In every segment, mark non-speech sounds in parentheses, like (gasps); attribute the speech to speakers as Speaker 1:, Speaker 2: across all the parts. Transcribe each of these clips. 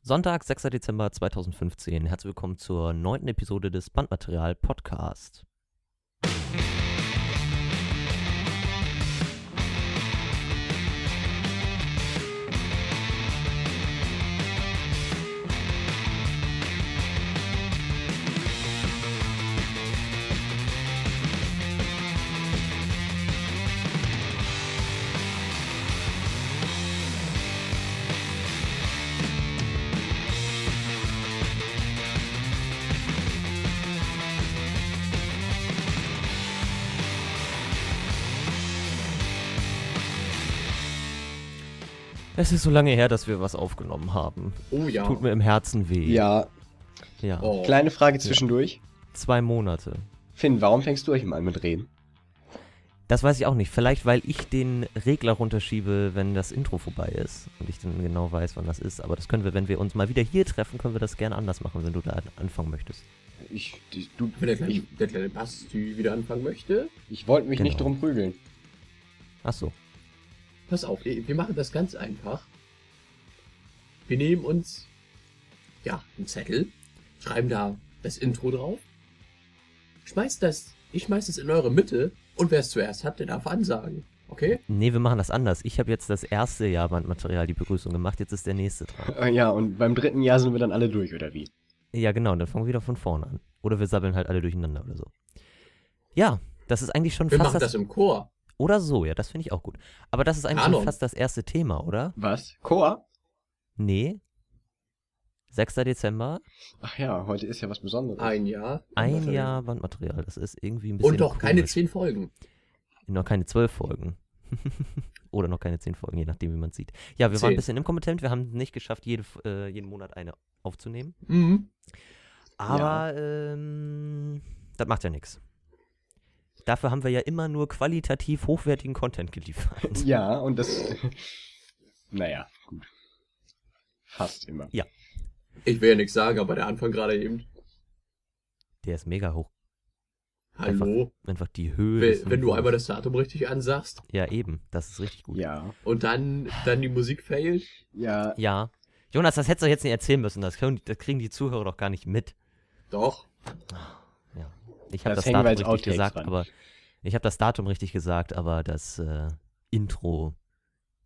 Speaker 1: Sonntag, 6. Dezember 2015. Herzlich willkommen zur neunten Episode des Bandmaterial Podcast. Es ist so lange her, dass wir was aufgenommen haben.
Speaker 2: Oh ja.
Speaker 1: Tut mir im Herzen weh.
Speaker 3: Ja,
Speaker 1: Ja.
Speaker 2: Oh.
Speaker 3: kleine Frage zwischendurch.
Speaker 1: Zwei Monate.
Speaker 3: Finn, warum fängst du euch immer an mit Reden?
Speaker 1: Das weiß ich auch nicht. Vielleicht, weil ich den Regler runterschiebe, wenn das Intro vorbei ist und ich dann genau weiß, wann das ist. Aber das können wir, wenn wir uns mal wieder hier treffen, können wir das gerne anders machen, wenn du da anfangen möchtest.
Speaker 3: Ich, ich- du,
Speaker 2: Wenn der kleine,
Speaker 3: ich,
Speaker 2: der kleine Basti wieder anfangen möchte,
Speaker 3: ich wollte mich
Speaker 1: Genau.
Speaker 3: nicht drum prügeln.
Speaker 1: Ach so.
Speaker 2: pass auf, eh, wir machen das ganz einfach. Wir nehmen uns, ja, einen Zettel, schreiben da das Intro drauf, schmeißt das, ich schmeiß das in eure Mitte und wer es zuerst hat, der darf ansagen. Okay?
Speaker 1: Nee, wir machen das anders. Ich habe jetzt das erste Jahr Bandmaterial die Begrüßung gemacht, jetzt ist der nächste dran.
Speaker 3: Äh, Ja, und beim dritten Jahr sind wir dann alle durch, oder wie?
Speaker 1: Ja, genau, dann fangen wir wieder von vorne an. Oder wir sabbeln halt alle durcheinander oder so. Ja, das ist eigentlich schon
Speaker 2: Wir
Speaker 1: fast
Speaker 2: machen das im Chor.
Speaker 1: Oder so, ja, das finde ich auch gut. Aber das ist eigentlich schon
Speaker 2: Ahnung.
Speaker 1: fast das erste Thema, oder?
Speaker 3: Was? Chor?
Speaker 1: Nee. 6. Dezember,
Speaker 3: Ach ja, heute ist ja was Besonderes.
Speaker 2: Ein Jahr.
Speaker 1: ein
Speaker 3: Warte.
Speaker 1: Jahr Bandmaterial. Das ist irgendwie ein bisschen.
Speaker 2: Und doch keine
Speaker 1: komisch.
Speaker 2: zehn Folgen.
Speaker 1: Noch keine zwölf Folgen. (laughs) Oder noch keine zehn Folgen, je nachdem, wie man sieht. Ja, wir waren ein
Speaker 2: Zehn.
Speaker 1: bisschen inkompetent. Wir haben nicht geschafft, jede, äh, jeden Monat eine aufzunehmen.
Speaker 2: Mhm.
Speaker 1: Aber ähm, das macht ja nichts. Dafür haben wir ja immer nur qualitativ hochwertigen Content
Speaker 3: (laughs)
Speaker 1: geliefert.
Speaker 3: Ja, und das. naja, gut. Fast immer.
Speaker 2: Ich will ja nichts sagen, aber der Anfang gerade eben.
Speaker 1: Der ist mega hoch.
Speaker 2: Hallo.
Speaker 1: Einfach die Höhe. ist
Speaker 2: Wenn, wenn du
Speaker 1: mega
Speaker 2: einmal
Speaker 1: hoch.
Speaker 2: das Datum richtig ansagst
Speaker 1: Ja, eben. Das ist richtig gut.
Speaker 3: Ja.
Speaker 2: und dann, dann die Musik failt.
Speaker 3: Ja.
Speaker 1: Ja. Jonas, das hättest du jetzt nicht erzählen müssen. Das, können, das kriegen die Zuhörer doch gar nicht mit.
Speaker 2: Doch.
Speaker 1: Ja. Ich habe
Speaker 3: Das
Speaker 1: das,
Speaker 3: hängen
Speaker 1: Datum
Speaker 3: wir als
Speaker 1: richtig
Speaker 3: Outtakes
Speaker 1: gesagt,
Speaker 3: ran.
Speaker 1: aber ich habe das Datum richtig gesagt, aber das äh, Intro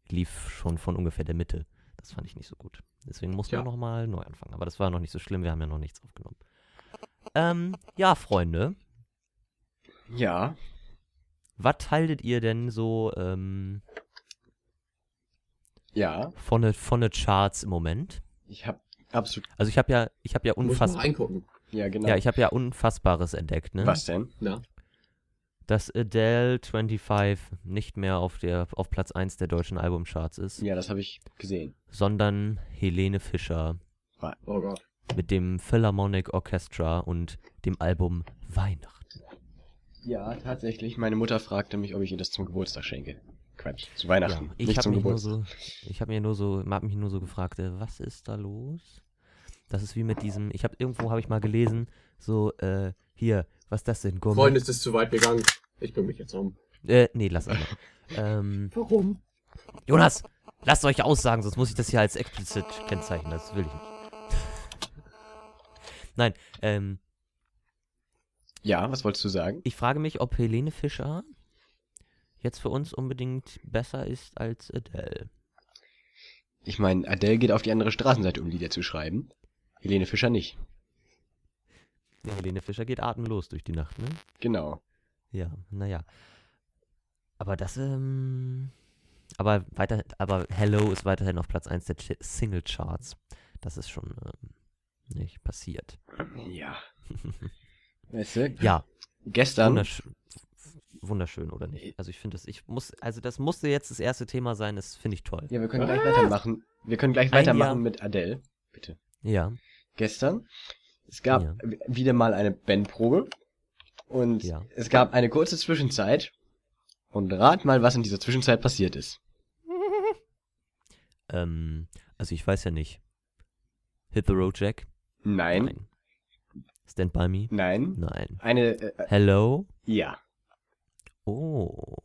Speaker 1: lief schon von ungefähr der Mitte. Das fand ich nicht so gut. Deswegen mussten
Speaker 2: Tja.
Speaker 1: wir nochmal neu anfangen. Aber das war noch nicht so schlimm, wir haben ja noch nichts aufgenommen. Ähm, ja, Freunde,
Speaker 3: Ja.
Speaker 1: was haltet ihr denn so ähm,
Speaker 3: Ja.
Speaker 1: von den von den Charts im Moment?
Speaker 3: Ich hab absolut.
Speaker 1: Also ich habe ja, ich habe ja
Speaker 2: Muss mal
Speaker 1: unfassbar,
Speaker 2: reingucken.
Speaker 3: Ja, genau.
Speaker 1: ja, ich habe ja unfassbares entdeckt, ne?
Speaker 3: was denn?
Speaker 2: Na,
Speaker 1: dass Adele 25 nicht mehr auf, der, auf Platz 1 der deutschen Albumcharts ist,
Speaker 3: Ja, das habe ich gesehen.
Speaker 1: sondern Helene Fischer
Speaker 2: oh Gott.
Speaker 1: mit dem Philharmonic Orchestra und dem Album Weihnachten.
Speaker 3: Ja, tatsächlich. Meine Mutter fragte mich, ob ich ihr das zum Geburtstag schenke. Quatsch, zu Weihnachten.
Speaker 1: ich
Speaker 3: nicht
Speaker 1: habe
Speaker 3: zum
Speaker 1: mich, nur
Speaker 3: Geburtstag.
Speaker 1: so, ich hab mir nur so, hab mich nur so gefragt, äh, was ist da los? Das ist wie mit diesem, ich habe irgendwo habe ich mal gelesen, so äh, hier, was ist das denn? Gourmet?
Speaker 2: Freunde, es ist zu weit gegangen. Ich bring mich jetzt um.
Speaker 1: Äh, nee, lass mal. (laughs) ähm,
Speaker 2: Warum?
Speaker 1: Jonas, lasst euch aussagen, sonst muss ich das hier als explizit kennzeichnen. Das will ich nicht. (laughs) Nein, ähm,
Speaker 3: Ja, was wolltest du sagen?
Speaker 1: ich frage mich, ob Helene Fischer jetzt für uns unbedingt besser ist als Adele.
Speaker 3: Ich meine, Adele geht auf die andere Straßenseite, um Lieder zu schreiben. Helene Fischer nicht.
Speaker 1: Ja, Helene Fischer geht atemlos durch die Nacht, ne?
Speaker 3: Genau.
Speaker 1: Ja, naja. Aber das, ähm, aber weiter, aber Hello ist weiterhin auf Platz 1 der Ch- Single-Charts. Das ist schon ähm, nicht passiert. (laughs)
Speaker 3: Ja. Weißt du,
Speaker 1: Ja,
Speaker 3: gestern,
Speaker 1: Wundersch wunderschön, oder nicht? Also ich finde das, ich muss, also das musste jetzt das erste Thema sein, das finde ich toll.
Speaker 3: ja, wir können gleich weitermachen. Wir können gleich
Speaker 1: Ah! Ein Jahr.
Speaker 3: weitermachen mit Adele. Bitte.
Speaker 1: Ja,
Speaker 3: Gestern, es gab
Speaker 1: Ja.
Speaker 3: w- wieder mal eine Bandprobe. Und
Speaker 1: Ja.
Speaker 3: es gab eine kurze Zwischenzeit. Und rat mal, was in dieser Zwischenzeit passiert ist.
Speaker 1: ähm, also ich weiß ja nicht. Hit the Road Jack?
Speaker 3: Nein. Hm?
Speaker 1: Stand by Me?
Speaker 3: Nein.
Speaker 1: Nein.
Speaker 3: Eine, äh,
Speaker 1: Hello?
Speaker 3: ja.
Speaker 1: Oh,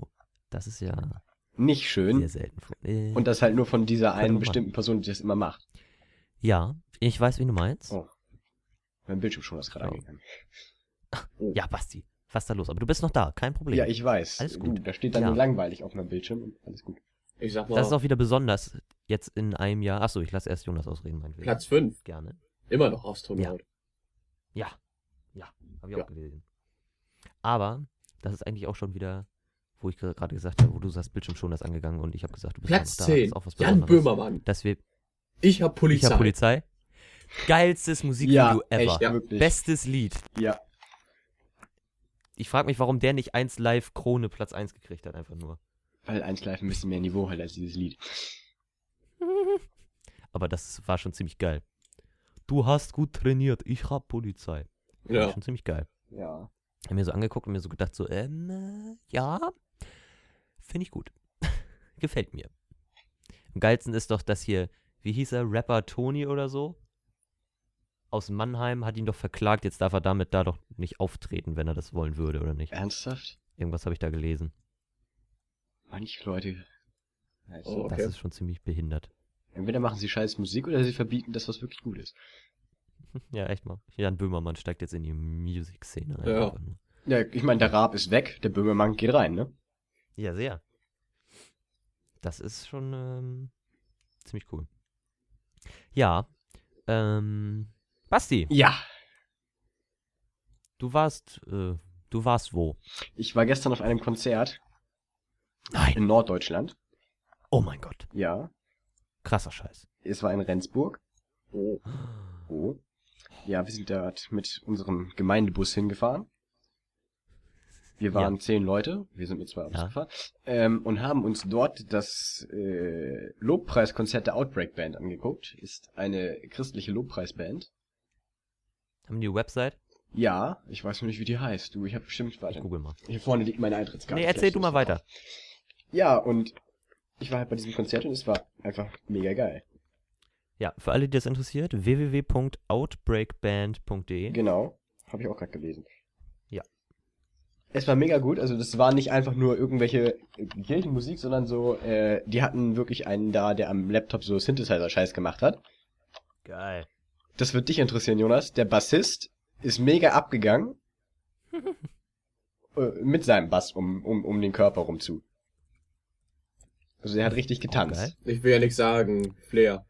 Speaker 1: das ist ja
Speaker 3: Nicht schön.
Speaker 1: sehr selten. Von, äh,
Speaker 3: Und das halt nur von dieser
Speaker 1: Könnte man
Speaker 3: einen
Speaker 1: machen.
Speaker 3: bestimmten Person, die das immer macht.
Speaker 1: Ja, ich weiß, wie du meinst.
Speaker 3: Oh. Mein Bildschirm schon ist gerade
Speaker 1: Genau.
Speaker 3: angegangen.
Speaker 1: Ja, Basti, was ist da los? Aber du bist noch da, kein Problem.
Speaker 3: Ja, ich weiß.
Speaker 1: Alles
Speaker 3: Du,
Speaker 1: gut.
Speaker 3: da steht dann
Speaker 1: Ja.
Speaker 3: nur langweilig auf meinem Bildschirm. und Alles gut.
Speaker 2: Ich sag
Speaker 1: das ist
Speaker 2: mal,
Speaker 1: auch wieder besonders jetzt in einem Jahr. Achso, ich lasse erst Jonas ausreden, meinetwegen.
Speaker 2: Platz 5.
Speaker 1: Gerne.
Speaker 2: Immer noch Astronaut.
Speaker 1: Ja. Ja, habe ich
Speaker 2: Ja.
Speaker 1: auch gelesen. Aber, das ist eigentlich auch schon wieder, wo ich ge- gerade gesagt habe, wo du sagst, Bildschirm schon ist angegangen und ich habe gesagt, du bist
Speaker 2: Platz
Speaker 1: noch da. Das
Speaker 2: 10.
Speaker 1: ist auch was
Speaker 2: Jan
Speaker 1: Besonderes.
Speaker 2: Böhmermann.
Speaker 1: Dass wir,
Speaker 2: Ich hab
Speaker 1: ich
Speaker 2: Polizei.
Speaker 1: habe Polizei. Geilstes Musikvideo ever.
Speaker 3: echt,
Speaker 2: Ja.
Speaker 3: wirklich.
Speaker 1: Bestes Lied.
Speaker 3: Ja,
Speaker 1: Ich frage mich, warum der nicht 1 live Krone Platz 1 gekriegt hat, einfach nur.
Speaker 3: weil eins live ein bisschen mehr Niveau hat als dieses Lied.
Speaker 1: Aber das war schon ziemlich geil. Du hast gut trainiert, ich hab Polizei. Fand ich
Speaker 2: Ja.
Speaker 1: Schon ziemlich geil.
Speaker 3: Ja.
Speaker 1: Hab mir so angeguckt und mir so gedacht, so, ähm, äh, ja, finde ich gut. (laughs) Gefällt mir. Am geilsten ist doch, dass hier, wie hieß er, Rapper Tony oder so? Aus Mannheim hat ihn doch verklagt, jetzt darf er damit da doch nicht auftreten, wenn er das wollen würde, oder nicht?
Speaker 3: Ernsthaft?
Speaker 1: Irgendwas habe ich da gelesen.
Speaker 3: Manche Leute. Also,
Speaker 2: Oh. Okay.
Speaker 1: Das ist schon ziemlich behindert.
Speaker 3: Entweder machen sie scheiß Musik oder sie verbieten das, was wirklich gut ist.
Speaker 1: Hm, Ja, echt mal. Jan Böhmermann steigt jetzt in die Music-Szene ein.
Speaker 2: Ja.
Speaker 1: einfach nur.
Speaker 3: Ja, ich meine, der Raab ist weg, der Böhmermann geht rein, ne?
Speaker 1: ja, sehr. Das ist schon ähm, ziemlich cool. Ja. Ähm, Basti,
Speaker 3: Ja.
Speaker 1: du warst, äh, du warst wo?
Speaker 3: Ich war gestern auf einem Konzert
Speaker 1: Nein.
Speaker 3: in Norddeutschland.
Speaker 1: Oh mein Gott.
Speaker 3: Ja.
Speaker 1: Krasser Scheiß. (gasps)
Speaker 3: Es war in Rendsburg.
Speaker 2: Oh,
Speaker 3: Oh. Ja, wir sind dort mit unserem Gemeindebus hingefahren. Wir waren zehn Leute, wir sind mit zwei Autos
Speaker 1: Ja.
Speaker 3: gefahren, ähm, und haben uns dort das äh, Lobpreiskonzert der Outbreak Band angeguckt. Ist eine christliche Lobpreisband.
Speaker 1: Haben die Website?
Speaker 3: Ja, ich weiß nur nicht, wie die heißt. Du, ich habe bestimmt
Speaker 1: Ich
Speaker 3: weiter.
Speaker 1: google mal.
Speaker 3: Hier vorne liegt meine Eintrittskarte.
Speaker 1: Nee, erzähl
Speaker 3: Vielleicht
Speaker 1: du mal
Speaker 3: ist das
Speaker 1: weiter.
Speaker 3: auch. Ja, und ich war halt bei diesem Konzert und es war einfach mega geil.
Speaker 1: Ja, für alle, die das interessiert, www.outbreakband.de.
Speaker 3: Genau. Habe ich auch gerade gelesen.
Speaker 1: Ja.
Speaker 3: Es war mega gut, also das war nicht einfach nur irgendwelche äh, Kirchenmusik, sondern so, äh, die hatten wirklich einen da, der am Laptop so Synthesizer-Scheiß gemacht hat.
Speaker 1: Geil.
Speaker 3: Das wird dich interessieren, Jonas. Der Bassist ist mega
Speaker 1: (laughs)
Speaker 3: abgegangen. äh, mit seinem Bass um, um, um den Körper rum zu. Also der hat richtig
Speaker 1: geil.
Speaker 3: getanzt.
Speaker 2: ich will ja nichts sagen. Flair.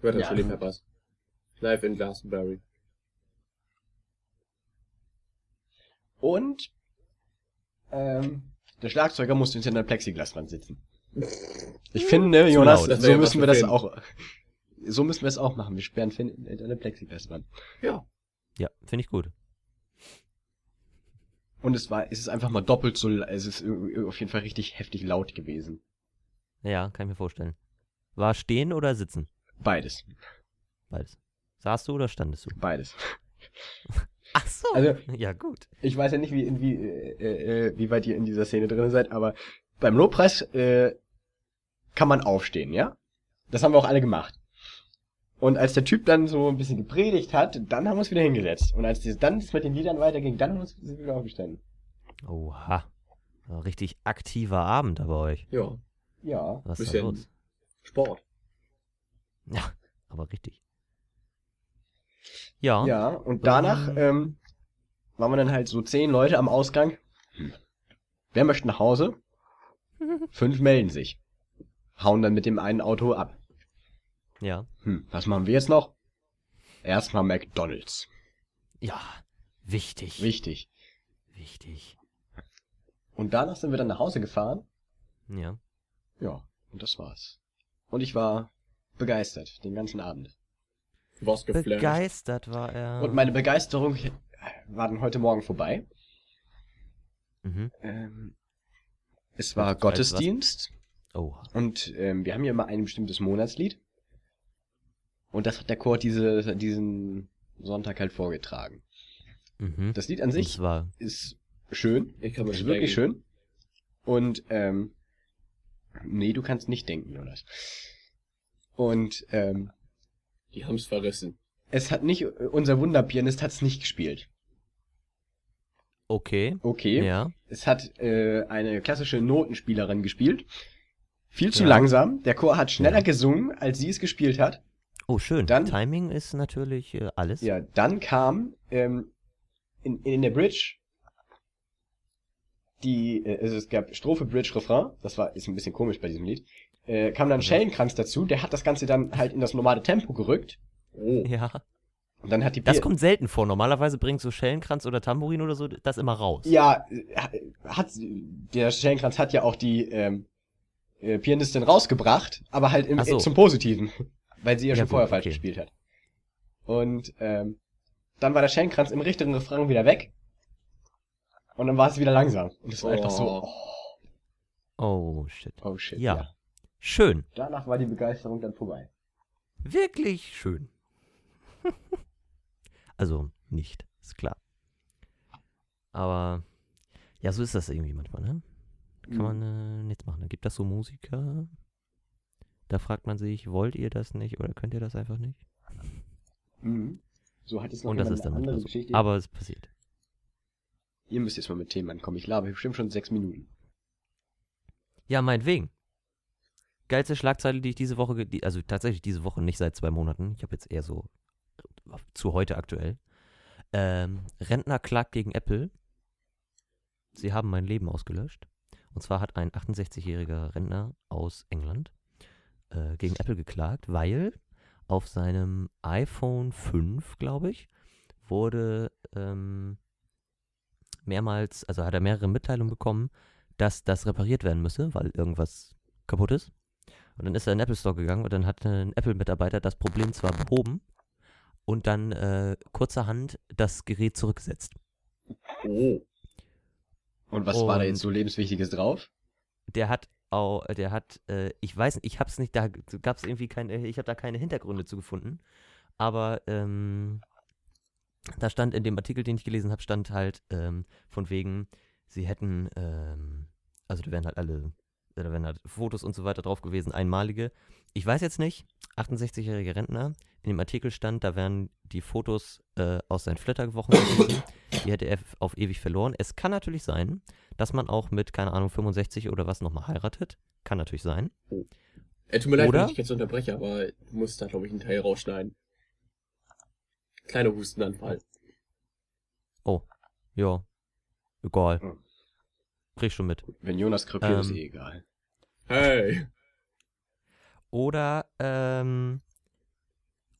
Speaker 2: Hört das
Speaker 3: Ja.
Speaker 2: von dem Herr Bass. Live in Glastonbury.
Speaker 3: Und ähm, der Schlagzeuger musste hinter einer Plexiglaswand sitzen. Ich finde, Jonas,
Speaker 1: laut. Das
Speaker 2: wär
Speaker 3: so
Speaker 2: ja genau, was
Speaker 3: müssen wir
Speaker 2: für
Speaker 3: das
Speaker 2: Finn.
Speaker 3: auch. So müssen wir es auch machen. Wir sperren Finn hinter eine Plexiglaswand.
Speaker 2: Ja.
Speaker 1: Ja, finde ich gut.
Speaker 3: Und es war, es ist einfach mal doppelt so, es ist irgendwie auf jeden Fall richtig heftig laut gewesen.
Speaker 1: Ja, kann ich mir vorstellen. War stehen oder sitzen?
Speaker 3: Beides,
Speaker 1: Beides. Saßt du oder standest du?
Speaker 3: beides.
Speaker 1: Ach so.
Speaker 3: Also-
Speaker 1: (laughs) ja, gut.
Speaker 3: Ich weiß ja nicht, wie, in, wie, äh, äh, wie weit ihr in dieser Szene drin seid, aber beim Lobpreis äh, kann man aufstehen, ja? Das haben wir auch alle gemacht. Und als der Typ dann so ein bisschen gepredigt hat, dann haben wir uns wieder hingesetzt. Und als das dann es mit den Liedern weiterging, dann haben wir uns wieder aufgestanden.
Speaker 1: Oha. War Richtig aktiver Abend aber euch.
Speaker 2: Ja.
Speaker 3: Ja.
Speaker 1: Was ist da
Speaker 2: Bisschen.
Speaker 1: los?
Speaker 2: Sport.
Speaker 1: Ja, aber richtig. Ja,
Speaker 3: Ja, und danach ähm, waren wir dann halt so zehn Leute am Ausgang. Hm. Wer möchte nach Hause? Fünf melden sich. Hauen dann mit dem einen Auto ab.
Speaker 1: ja.
Speaker 3: Hm, was machen wir jetzt noch? Erstmal McDonalds.
Speaker 1: Ja, wichtig.
Speaker 3: Wichtig.
Speaker 1: wichtig.
Speaker 3: Und danach sind wir dann nach Hause gefahren.
Speaker 1: Ja.
Speaker 3: Ja, und das war's. Und ich war begeistert den ganzen Abend.
Speaker 2: Du warst geflasht.
Speaker 1: Begeistert war er.
Speaker 3: Und meine Begeisterung äh, war dann heute Morgen vorbei.
Speaker 1: mhm.
Speaker 3: Ähm, es war
Speaker 1: Weißt du was?
Speaker 3: Gottesdienst.
Speaker 1: Oha.
Speaker 3: Und ähm, wir haben ja immer ein bestimmtes Monatslied. Und das hat der Chor diese, diesen Sonntag halt vorgetragen.
Speaker 1: Mhm.
Speaker 3: Das Lied an sich
Speaker 1: Das war
Speaker 3: ist schön.
Speaker 2: Ich kann mir
Speaker 3: Ist wirklich schön. Und, ähm, nee, du kannst nicht denken, Jonas. Und, ähm,
Speaker 2: Die haben's verrissen.
Speaker 3: es hat nicht, unser Wunderpianist hat's nicht gespielt.
Speaker 1: okay.
Speaker 3: Okay.
Speaker 1: Ja.
Speaker 3: Es hat äh, eine klassische Notenspielerin gespielt. Viel zu
Speaker 1: Ja.
Speaker 3: langsam. Der Chor hat schneller
Speaker 1: Ja.
Speaker 3: gesungen, als sie es gespielt hat.
Speaker 1: Oh, schön.
Speaker 3: Dann-
Speaker 1: Timing ist natürlich äh, alles.
Speaker 3: Ja, dann kam ähm, in, in der Bridge die, äh, also es gab Strophe, Bridge, Refrain, das war, ist ein bisschen komisch bei diesem Lied, äh, kam dann
Speaker 1: Mhm.
Speaker 3: Schellenkranz dazu, der hat das Ganze dann halt in das normale Tempo gerückt
Speaker 2: Oh,
Speaker 1: (laughs) Ja.
Speaker 3: und dann hat die
Speaker 1: Das
Speaker 3: Bier-
Speaker 1: kommt selten vor. Normalerweise bringt so Schellenkranz oder Tambourin oder so das immer raus.
Speaker 3: Ja, äh, hat, der Schellenkranz hat ja auch die ähm, äh, Pianistin rausgebracht, aber halt im,
Speaker 1: Ach so.
Speaker 3: zum Positiven, (laughs) weil sie ja,
Speaker 1: Ja,
Speaker 3: schon
Speaker 1: gut,
Speaker 3: vorher falsch
Speaker 1: okay.
Speaker 3: gespielt hat. Und ähm, dann war der Schellenkranz im richtigen Refrain wieder weg. Und dann war es wieder langsam. Und es war einfach so,
Speaker 2: Oh.
Speaker 3: oh,
Speaker 1: Oh, shit.
Speaker 3: oh shit.
Speaker 1: Ja. Schön.
Speaker 3: Danach war die Begeisterung dann vorbei.
Speaker 1: Wirklich
Speaker 3: (laughs)
Speaker 1: schön. also nicht, ist klar. Aber ja, so ist das irgendwie manchmal, ne? Kann man
Speaker 3: Mhm.
Speaker 1: äh, nichts machen. Dann gibt das so Musiker. Da fragt man sich, wollt ihr das nicht oder könnt ihr das einfach nicht?
Speaker 3: Mhm. So hat es noch
Speaker 1: Und das
Speaker 3: jemand
Speaker 1: ist dann
Speaker 3: eine andere
Speaker 1: manchmal so.
Speaker 3: Geschichte.
Speaker 1: Aber es passiert.
Speaker 3: Ihr müsst jetzt mal mit Themen ankommen. Ich labe bestimmt schon sechs Minuten.
Speaker 1: Ja, meinetwegen. Geilste Schlagzeile, die ich diese Woche, ge- die, also tatsächlich diese Woche, nicht seit zwei Monaten. Ich habe jetzt eher so auf- zu heute aktuell. Ähm, Rentner klagt gegen Apple. Sie haben mein Leben ausgelöscht. Und zwar hat ein 68-jähriger Rentner aus England äh, gegen Apple geklagt, weil auf seinem iPhone 5, glaube ich, wurde ähm, mehrmals, also hat er mehrere Mitteilungen bekommen, dass das repariert werden müsse, weil irgendwas kaputt ist. Und dann ist er in den Apple Store gegangen und dann hat ein Apple-Mitarbeiter das Problem zwar behoben und dann äh, kurzerhand das Gerät zurückgesetzt.
Speaker 2: oh.
Speaker 3: Und was war da jetzt
Speaker 1: Und-
Speaker 3: so lebenswichtiges drauf?
Speaker 1: Der hat auch, der hat, äh, ich weiß nicht, ich hab's nicht, da gab's irgendwie keine, ich habe da keine Hintergründe zu gefunden, aber ähm, da stand in dem Artikel, den ich gelesen habe, stand halt ähm, von wegen, sie hätten, ähm, also da wären halt alle, da wären halt Fotos und so weiter drauf gewesen, einmalige. Ich weiß jetzt nicht, 68-jährige Rentner, in dem Artikel stand, da wären die Fotos äh, aus seinen Flitterwochen gewesen, die hätte er f- auf ewig verloren. Es kann natürlich sein, dass man auch mit, keine Ahnung, 65 oder was nochmal heiratet. Kann natürlich sein.
Speaker 2: Äh, tut mir leid,
Speaker 1: Oder?
Speaker 2: wenn ich dich jetzt unterbreche, aber du musst da, glaube ich, einen Teil rausschneiden. Kleiner Hustenanfall.
Speaker 1: Ja. Egal.
Speaker 3: Hm.
Speaker 1: Krieg schon mit.
Speaker 3: Wenn Jonas krepiert, ist
Speaker 1: Ähm,
Speaker 3: eh egal.
Speaker 2: Hey!
Speaker 1: Oder ähm,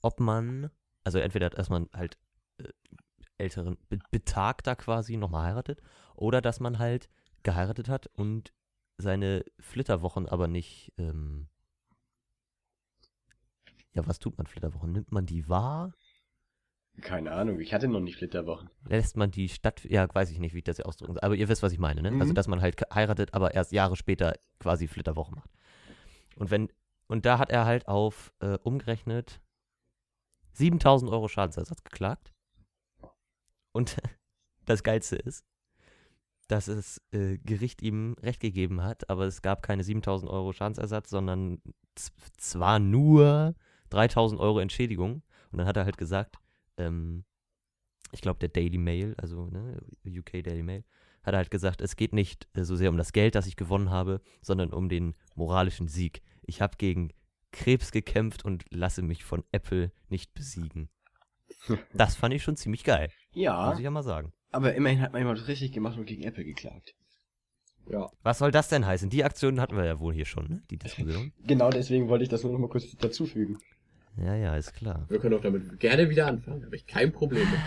Speaker 1: ob man, also entweder, dass man halt äh, älteren, be betagter quasi nochmal heiratet, oder dass man halt geheiratet hat und seine Flitterwochen aber nicht, ähm, ja, was tut man Flitterwochen? Nimmt man die wahr?
Speaker 3: Keine Ahnung, ich hatte noch nicht Flitterwochen.
Speaker 1: Lässt man die Stadt, ja, weiß ich nicht, wie ich das ausdrücken soll, aber ihr wisst, was ich meine, ne? Also,
Speaker 2: Mhm.
Speaker 1: dass man halt heiratet, aber erst Jahre später quasi Flitterwoche macht. Und wenn, und da hat er halt auf äh, umgerechnet 7000 Euro Schadensersatz geklagt. Und (laughs) das Geilste ist, dass es äh, Gericht ihm Recht gegeben hat, aber es gab keine 7000 Euro Schadensersatz, sondern z- zwar nur 3000 Euro Entschädigung. Und dann hat er halt gesagt, ähm, ich glaube, der Daily Mail, also ne, UK Daily Mail, hat er halt gesagt, es geht nicht äh, so sehr um das Geld, das ich gewonnen habe, sondern um den moralischen Sieg. Ich habe gegen Krebs gekämpft und lasse mich von Apple nicht besiegen. Das fand ich schon ziemlich geil, muss
Speaker 3: Ja,
Speaker 1: ich ja mal sagen.
Speaker 3: aber immerhin hat man jemand richtig gemacht und gegen Apple geklagt.
Speaker 2: Ja.
Speaker 1: Was soll das denn heißen? Die Aktion hatten wir ja wohl hier schon, ne? Die Diskussion.
Speaker 3: Genau deswegen wollte ich das nur noch mal kurz dazufügen.
Speaker 1: Ja, ja, ist klar. (laughs)
Speaker 2: Wir können auch damit gerne wieder anfangen, habe ich kein Problem mit.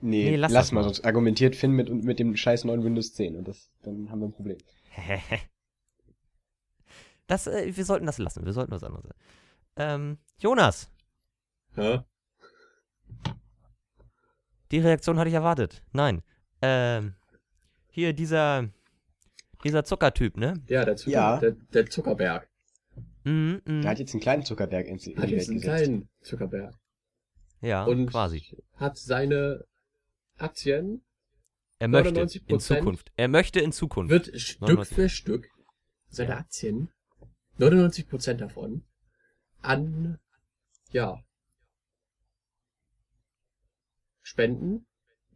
Speaker 3: Nee,
Speaker 1: Nee,
Speaker 3: lass,
Speaker 1: lass das
Speaker 3: mal,
Speaker 1: mal.
Speaker 3: sonst argumentiert Finn mit, mit dem scheiß neuen Windows 10 und das, dann haben wir ein Problem.
Speaker 1: Das, äh, wir sollten das lassen. Wir sollten was anderes. sagen. Ähm, Jonas,
Speaker 2: Hä?
Speaker 1: Die Reaktion hatte ich erwartet. Nein. Ähm, hier dieser, dieser Zuckertyp, ne?
Speaker 2: Ja, der, Zucker,
Speaker 3: Ja.
Speaker 2: Der, der Zuckerberg.
Speaker 1: Mhm, mhm.
Speaker 3: Der hat jetzt einen kleinen Zuckerberg ins in die
Speaker 2: Hat
Speaker 3: Welt
Speaker 2: jetzt einen
Speaker 3: gesetzt.
Speaker 2: kleinen Zuckerberg.
Speaker 1: ja,
Speaker 2: und-
Speaker 1: quasi.
Speaker 2: Hat seine Aktien,
Speaker 1: Er möchte
Speaker 2: 99%
Speaker 1: in Zukunft. Er möchte in Zukunft.
Speaker 2: wird Stück
Speaker 1: 99.
Speaker 2: für Stück seine
Speaker 1: Ja.
Speaker 2: Aktien, 99% davon, an, ja, Spenden,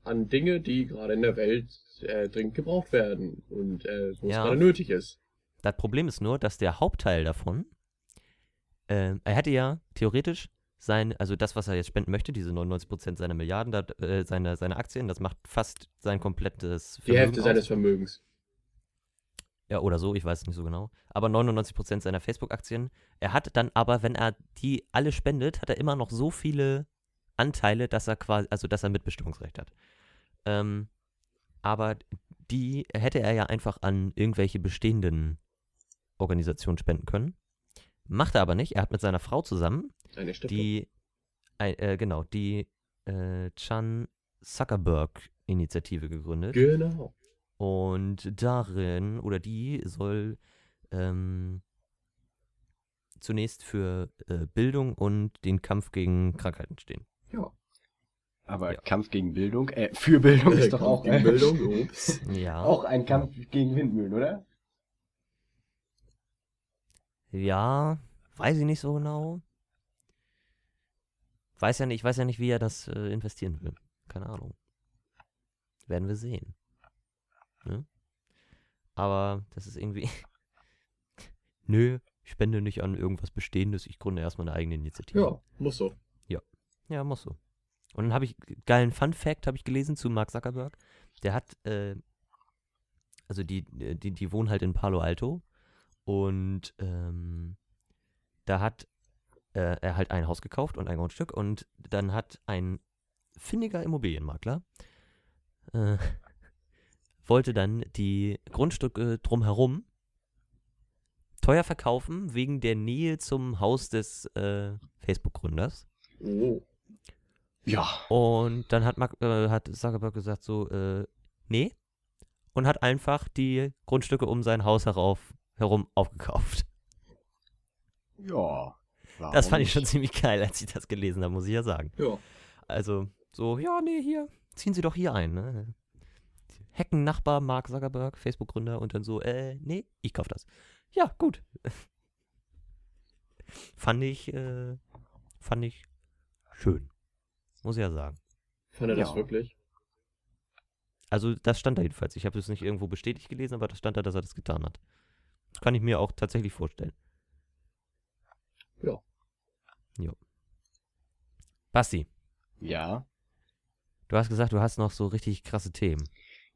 Speaker 2: an Dinge, die gerade in der Welt äh, dringend gebraucht werden und äh, wo es
Speaker 1: Ja.
Speaker 2: gerade nötig ist.
Speaker 1: Das Problem ist nur, dass der Hauptteil davon, ähm, er hätte ja theoretisch sein, also das, was er jetzt spenden möchte, diese 99% seiner Milliarden, da, äh, seiner seine Aktien, das macht fast sein komplettes
Speaker 2: Die Hälfte
Speaker 1: aus.
Speaker 2: seines Vermögens.
Speaker 1: Ja, oder so, ich weiß es nicht so genau. Aber 99% seiner Facebook-Aktien. Er hat dann aber, wenn er die alle spendet, hat er immer noch so viele Anteile, dass er quasi, also dass er Mitbestimmungsrecht hat. Ähm, aber die hätte er ja einfach an irgendwelche bestehenden Organisationen spenden können. Macht er aber nicht. Er hat mit seiner Frau zusammen
Speaker 2: Eine Stiftung.
Speaker 1: die, ei- äh, genau, die äh, Chan Zuckerberg-Initiative gegründet.
Speaker 2: Genau.
Speaker 1: Und darin oder die soll ähm, zunächst für äh, Bildung und den Kampf gegen Krankheiten stehen.
Speaker 3: Aber
Speaker 1: Ja.
Speaker 3: Kampf gegen Bildung, äh, für Bildung ist doch auch,
Speaker 2: (laughs) die
Speaker 3: äh,
Speaker 2: Bildung.
Speaker 3: (laughs)
Speaker 2: Ups.
Speaker 1: Ja.
Speaker 3: auch ein Kampf gegen Windmühlen, oder?
Speaker 1: Ja, weiß ich nicht so genau. Weiß ja nicht, ich weiß ja nicht, wie er das äh, investieren will. Keine Ahnung. Werden wir sehen. Ne? Aber das ist irgendwie. (laughs) Nö, ich spende nicht an irgendwas Bestehendes, ich gründe erstmal eine eigene Initiative.
Speaker 2: Ja, muss so.
Speaker 1: Ja, muss so. Und dann habe ich geilen Fun Fact habe ich gelesen zu Mark Zuckerberg. Der hat äh, also die die die wohnen halt in Palo Alto und ähm, da hat äh, er halt ein Haus gekauft und ein Grundstück und dann hat ein findiger Immobilienmakler äh, (laughs) wollte dann die Grundstücke drumherum teuer verkaufen wegen der Nähe zum Haus des äh, Facebook Gründers.
Speaker 2: Oh.
Speaker 3: Ja.
Speaker 1: Und dann hat, Mark, äh, hat Zuckerberg gesagt so, äh, nee. Und hat einfach die Grundstücke um sein Haus herauf, herum aufgekauft.
Speaker 3: Ja.
Speaker 1: das
Speaker 3: Warum
Speaker 1: fand ich schon
Speaker 3: nicht?
Speaker 1: ziemlich geil, als ich das gelesen habe, muss ich ja sagen.
Speaker 2: Ja.
Speaker 1: Also so, ja, nee, hier, ziehen Sie doch hier ein. Ne? Hecken-Nachbar Mark Zuckerberg, Facebook-Gründer und dann so, äh, nee, ich kauf das. Ja, gut. (laughs) fand ich, äh, fand ich schön. Muss ich ja sagen.
Speaker 2: Fand er das
Speaker 3: Ja.
Speaker 2: wirklich?
Speaker 1: Also das stand da jedenfalls. Ich habe es nicht irgendwo bestätigt gelesen, aber das stand da, dass er das getan hat. Das kann ich mir auch tatsächlich vorstellen.
Speaker 2: Ja.
Speaker 1: Jo. Basti,
Speaker 3: Ja.
Speaker 1: du hast gesagt, du hast noch so richtig krasse Themen.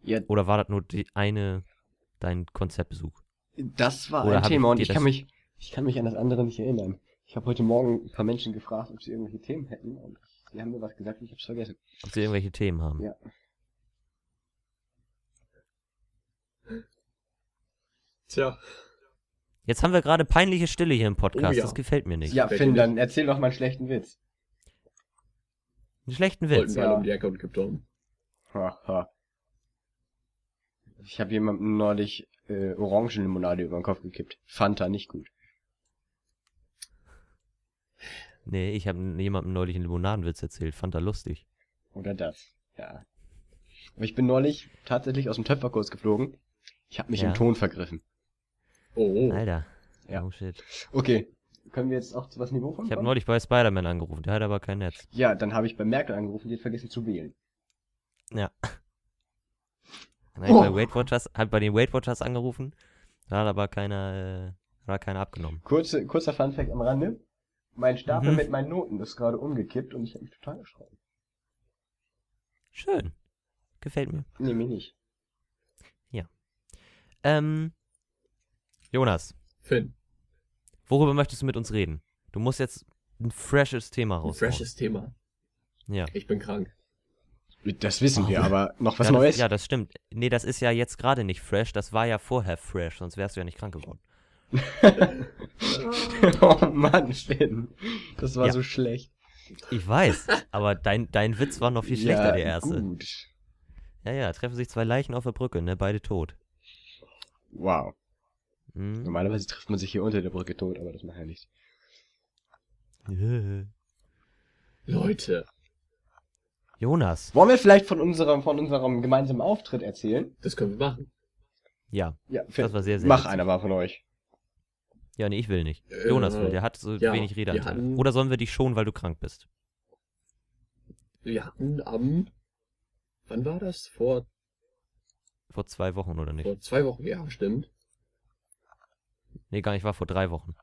Speaker 3: Ja,
Speaker 1: Oder war das nur die eine, dein Konzeptbesuch?
Speaker 3: das war
Speaker 1: Oder
Speaker 3: ein
Speaker 1: hab
Speaker 3: Thema
Speaker 1: ich
Speaker 3: und
Speaker 1: dir
Speaker 3: ich kann
Speaker 1: das-
Speaker 3: mich, ich kann mich an das andere nicht erinnern. Ich habe heute Morgen ein paar Menschen gefragt, ob sie irgendwelche Themen hätten und sie haben mir was gesagt, ich hab's vergessen.
Speaker 1: Ob sie irgendwelche Themen haben?
Speaker 3: Ja.
Speaker 2: Tja.
Speaker 1: Jetzt haben wir gerade peinliche Stille hier im Podcast.
Speaker 2: Oh ja.
Speaker 1: Das gefällt mir nicht.
Speaker 3: ja,
Speaker 2: welche
Speaker 3: Finn, dann erzähl doch mal einen schlechten Witz.
Speaker 1: Einen schlechten Witz.
Speaker 2: Goldenball
Speaker 3: ja.
Speaker 2: um die Ecke und gibt um.
Speaker 3: Haha. Ich habe jemandem neulich äh, Orangenlimonade über den Kopf gekippt. Fanta nicht gut.
Speaker 1: Nee, ich habe jemandem neulich einen Limonadenwitz erzählt. Fand er lustig.
Speaker 3: Oder das. Ja. Aber ich bin neulich tatsächlich aus dem Töpferkurs geflogen. Ich habe mich
Speaker 1: Ja.
Speaker 3: im Ton vergriffen.
Speaker 2: Oh.
Speaker 1: Alter.
Speaker 3: Ja.
Speaker 1: Oh shit.
Speaker 3: Okay. Können wir jetzt auch zu was Niveau von
Speaker 1: Ich habe neulich bei Spider-Man angerufen. Der hat aber kein Netz.
Speaker 3: Ja, dann habe ich bei Merkel angerufen, die hat vergessen zu wählen.
Speaker 1: Dann hab ich bei
Speaker 3: Oh.
Speaker 1: Weight Watchers, hab bei den Weight Watchers angerufen, da hat aber keiner, äh, hat keiner abgenommen.
Speaker 3: Kurze, kurzer Funfact am Rande. Mein Stapel
Speaker 1: Mhm.
Speaker 3: mit meinen Noten ist gerade umgekippt und ich habe mich total erschrocken.
Speaker 1: Schön. Gefällt mir.
Speaker 3: Nee, mir nicht.
Speaker 1: Ähm, Jonas,
Speaker 2: Finn,
Speaker 1: worüber möchtest du mit uns reden? Du musst jetzt ein freshes Thema
Speaker 2: ein
Speaker 1: raus.
Speaker 2: freshes Thema.
Speaker 1: Ja.
Speaker 2: Ich bin krank.
Speaker 3: Das wissen
Speaker 1: Oh.
Speaker 3: wir, aber noch was
Speaker 1: ja,
Speaker 3: Neues?
Speaker 1: Das, ja, das stimmt. Nee, das ist ja jetzt gerade nicht fresh, das war ja vorher fresh, sonst wärst du ja nicht krank geworden.
Speaker 3: (laughs) oh Mann, Finn. Das war
Speaker 1: Ja.
Speaker 3: so schlecht.
Speaker 1: Ich
Speaker 3: (laughs)
Speaker 1: weiß, aber dein, dein Witz war noch viel schlechter,
Speaker 3: ja,
Speaker 1: der erste.
Speaker 3: Gut.
Speaker 1: Ja, ja, treffen sich zwei Leichen auf der Brücke, ne, beide tot.
Speaker 3: Wow.
Speaker 1: Hm?
Speaker 3: Normalerweise trifft man sich hier unter der Brücke tot, aber das macht er nicht.
Speaker 2: Leute,
Speaker 1: (laughs) Jonas,
Speaker 3: Wollen wir vielleicht von unserem, von unserem gemeinsamen Auftritt erzählen?
Speaker 2: das können wir machen.
Speaker 1: ja,
Speaker 3: Ja, Finn,
Speaker 1: das war sehr, sehr
Speaker 3: mach
Speaker 1: witzig.
Speaker 3: einer mal von euch.
Speaker 1: Ja, nee, ich will nicht.
Speaker 2: Äh,
Speaker 1: Jonas will, der hat so
Speaker 2: ja,
Speaker 1: wenig Redeanteil.
Speaker 2: wir hatten-
Speaker 1: Oder sollen wir dich schonen, weil du krank bist?
Speaker 2: Wir hatten am, wann war das? Vor,
Speaker 1: Vor zwei Wochen oder nicht?
Speaker 2: vor zwei Wochen, ja, stimmt.
Speaker 1: Nee, gar nicht, war vor drei Wochen.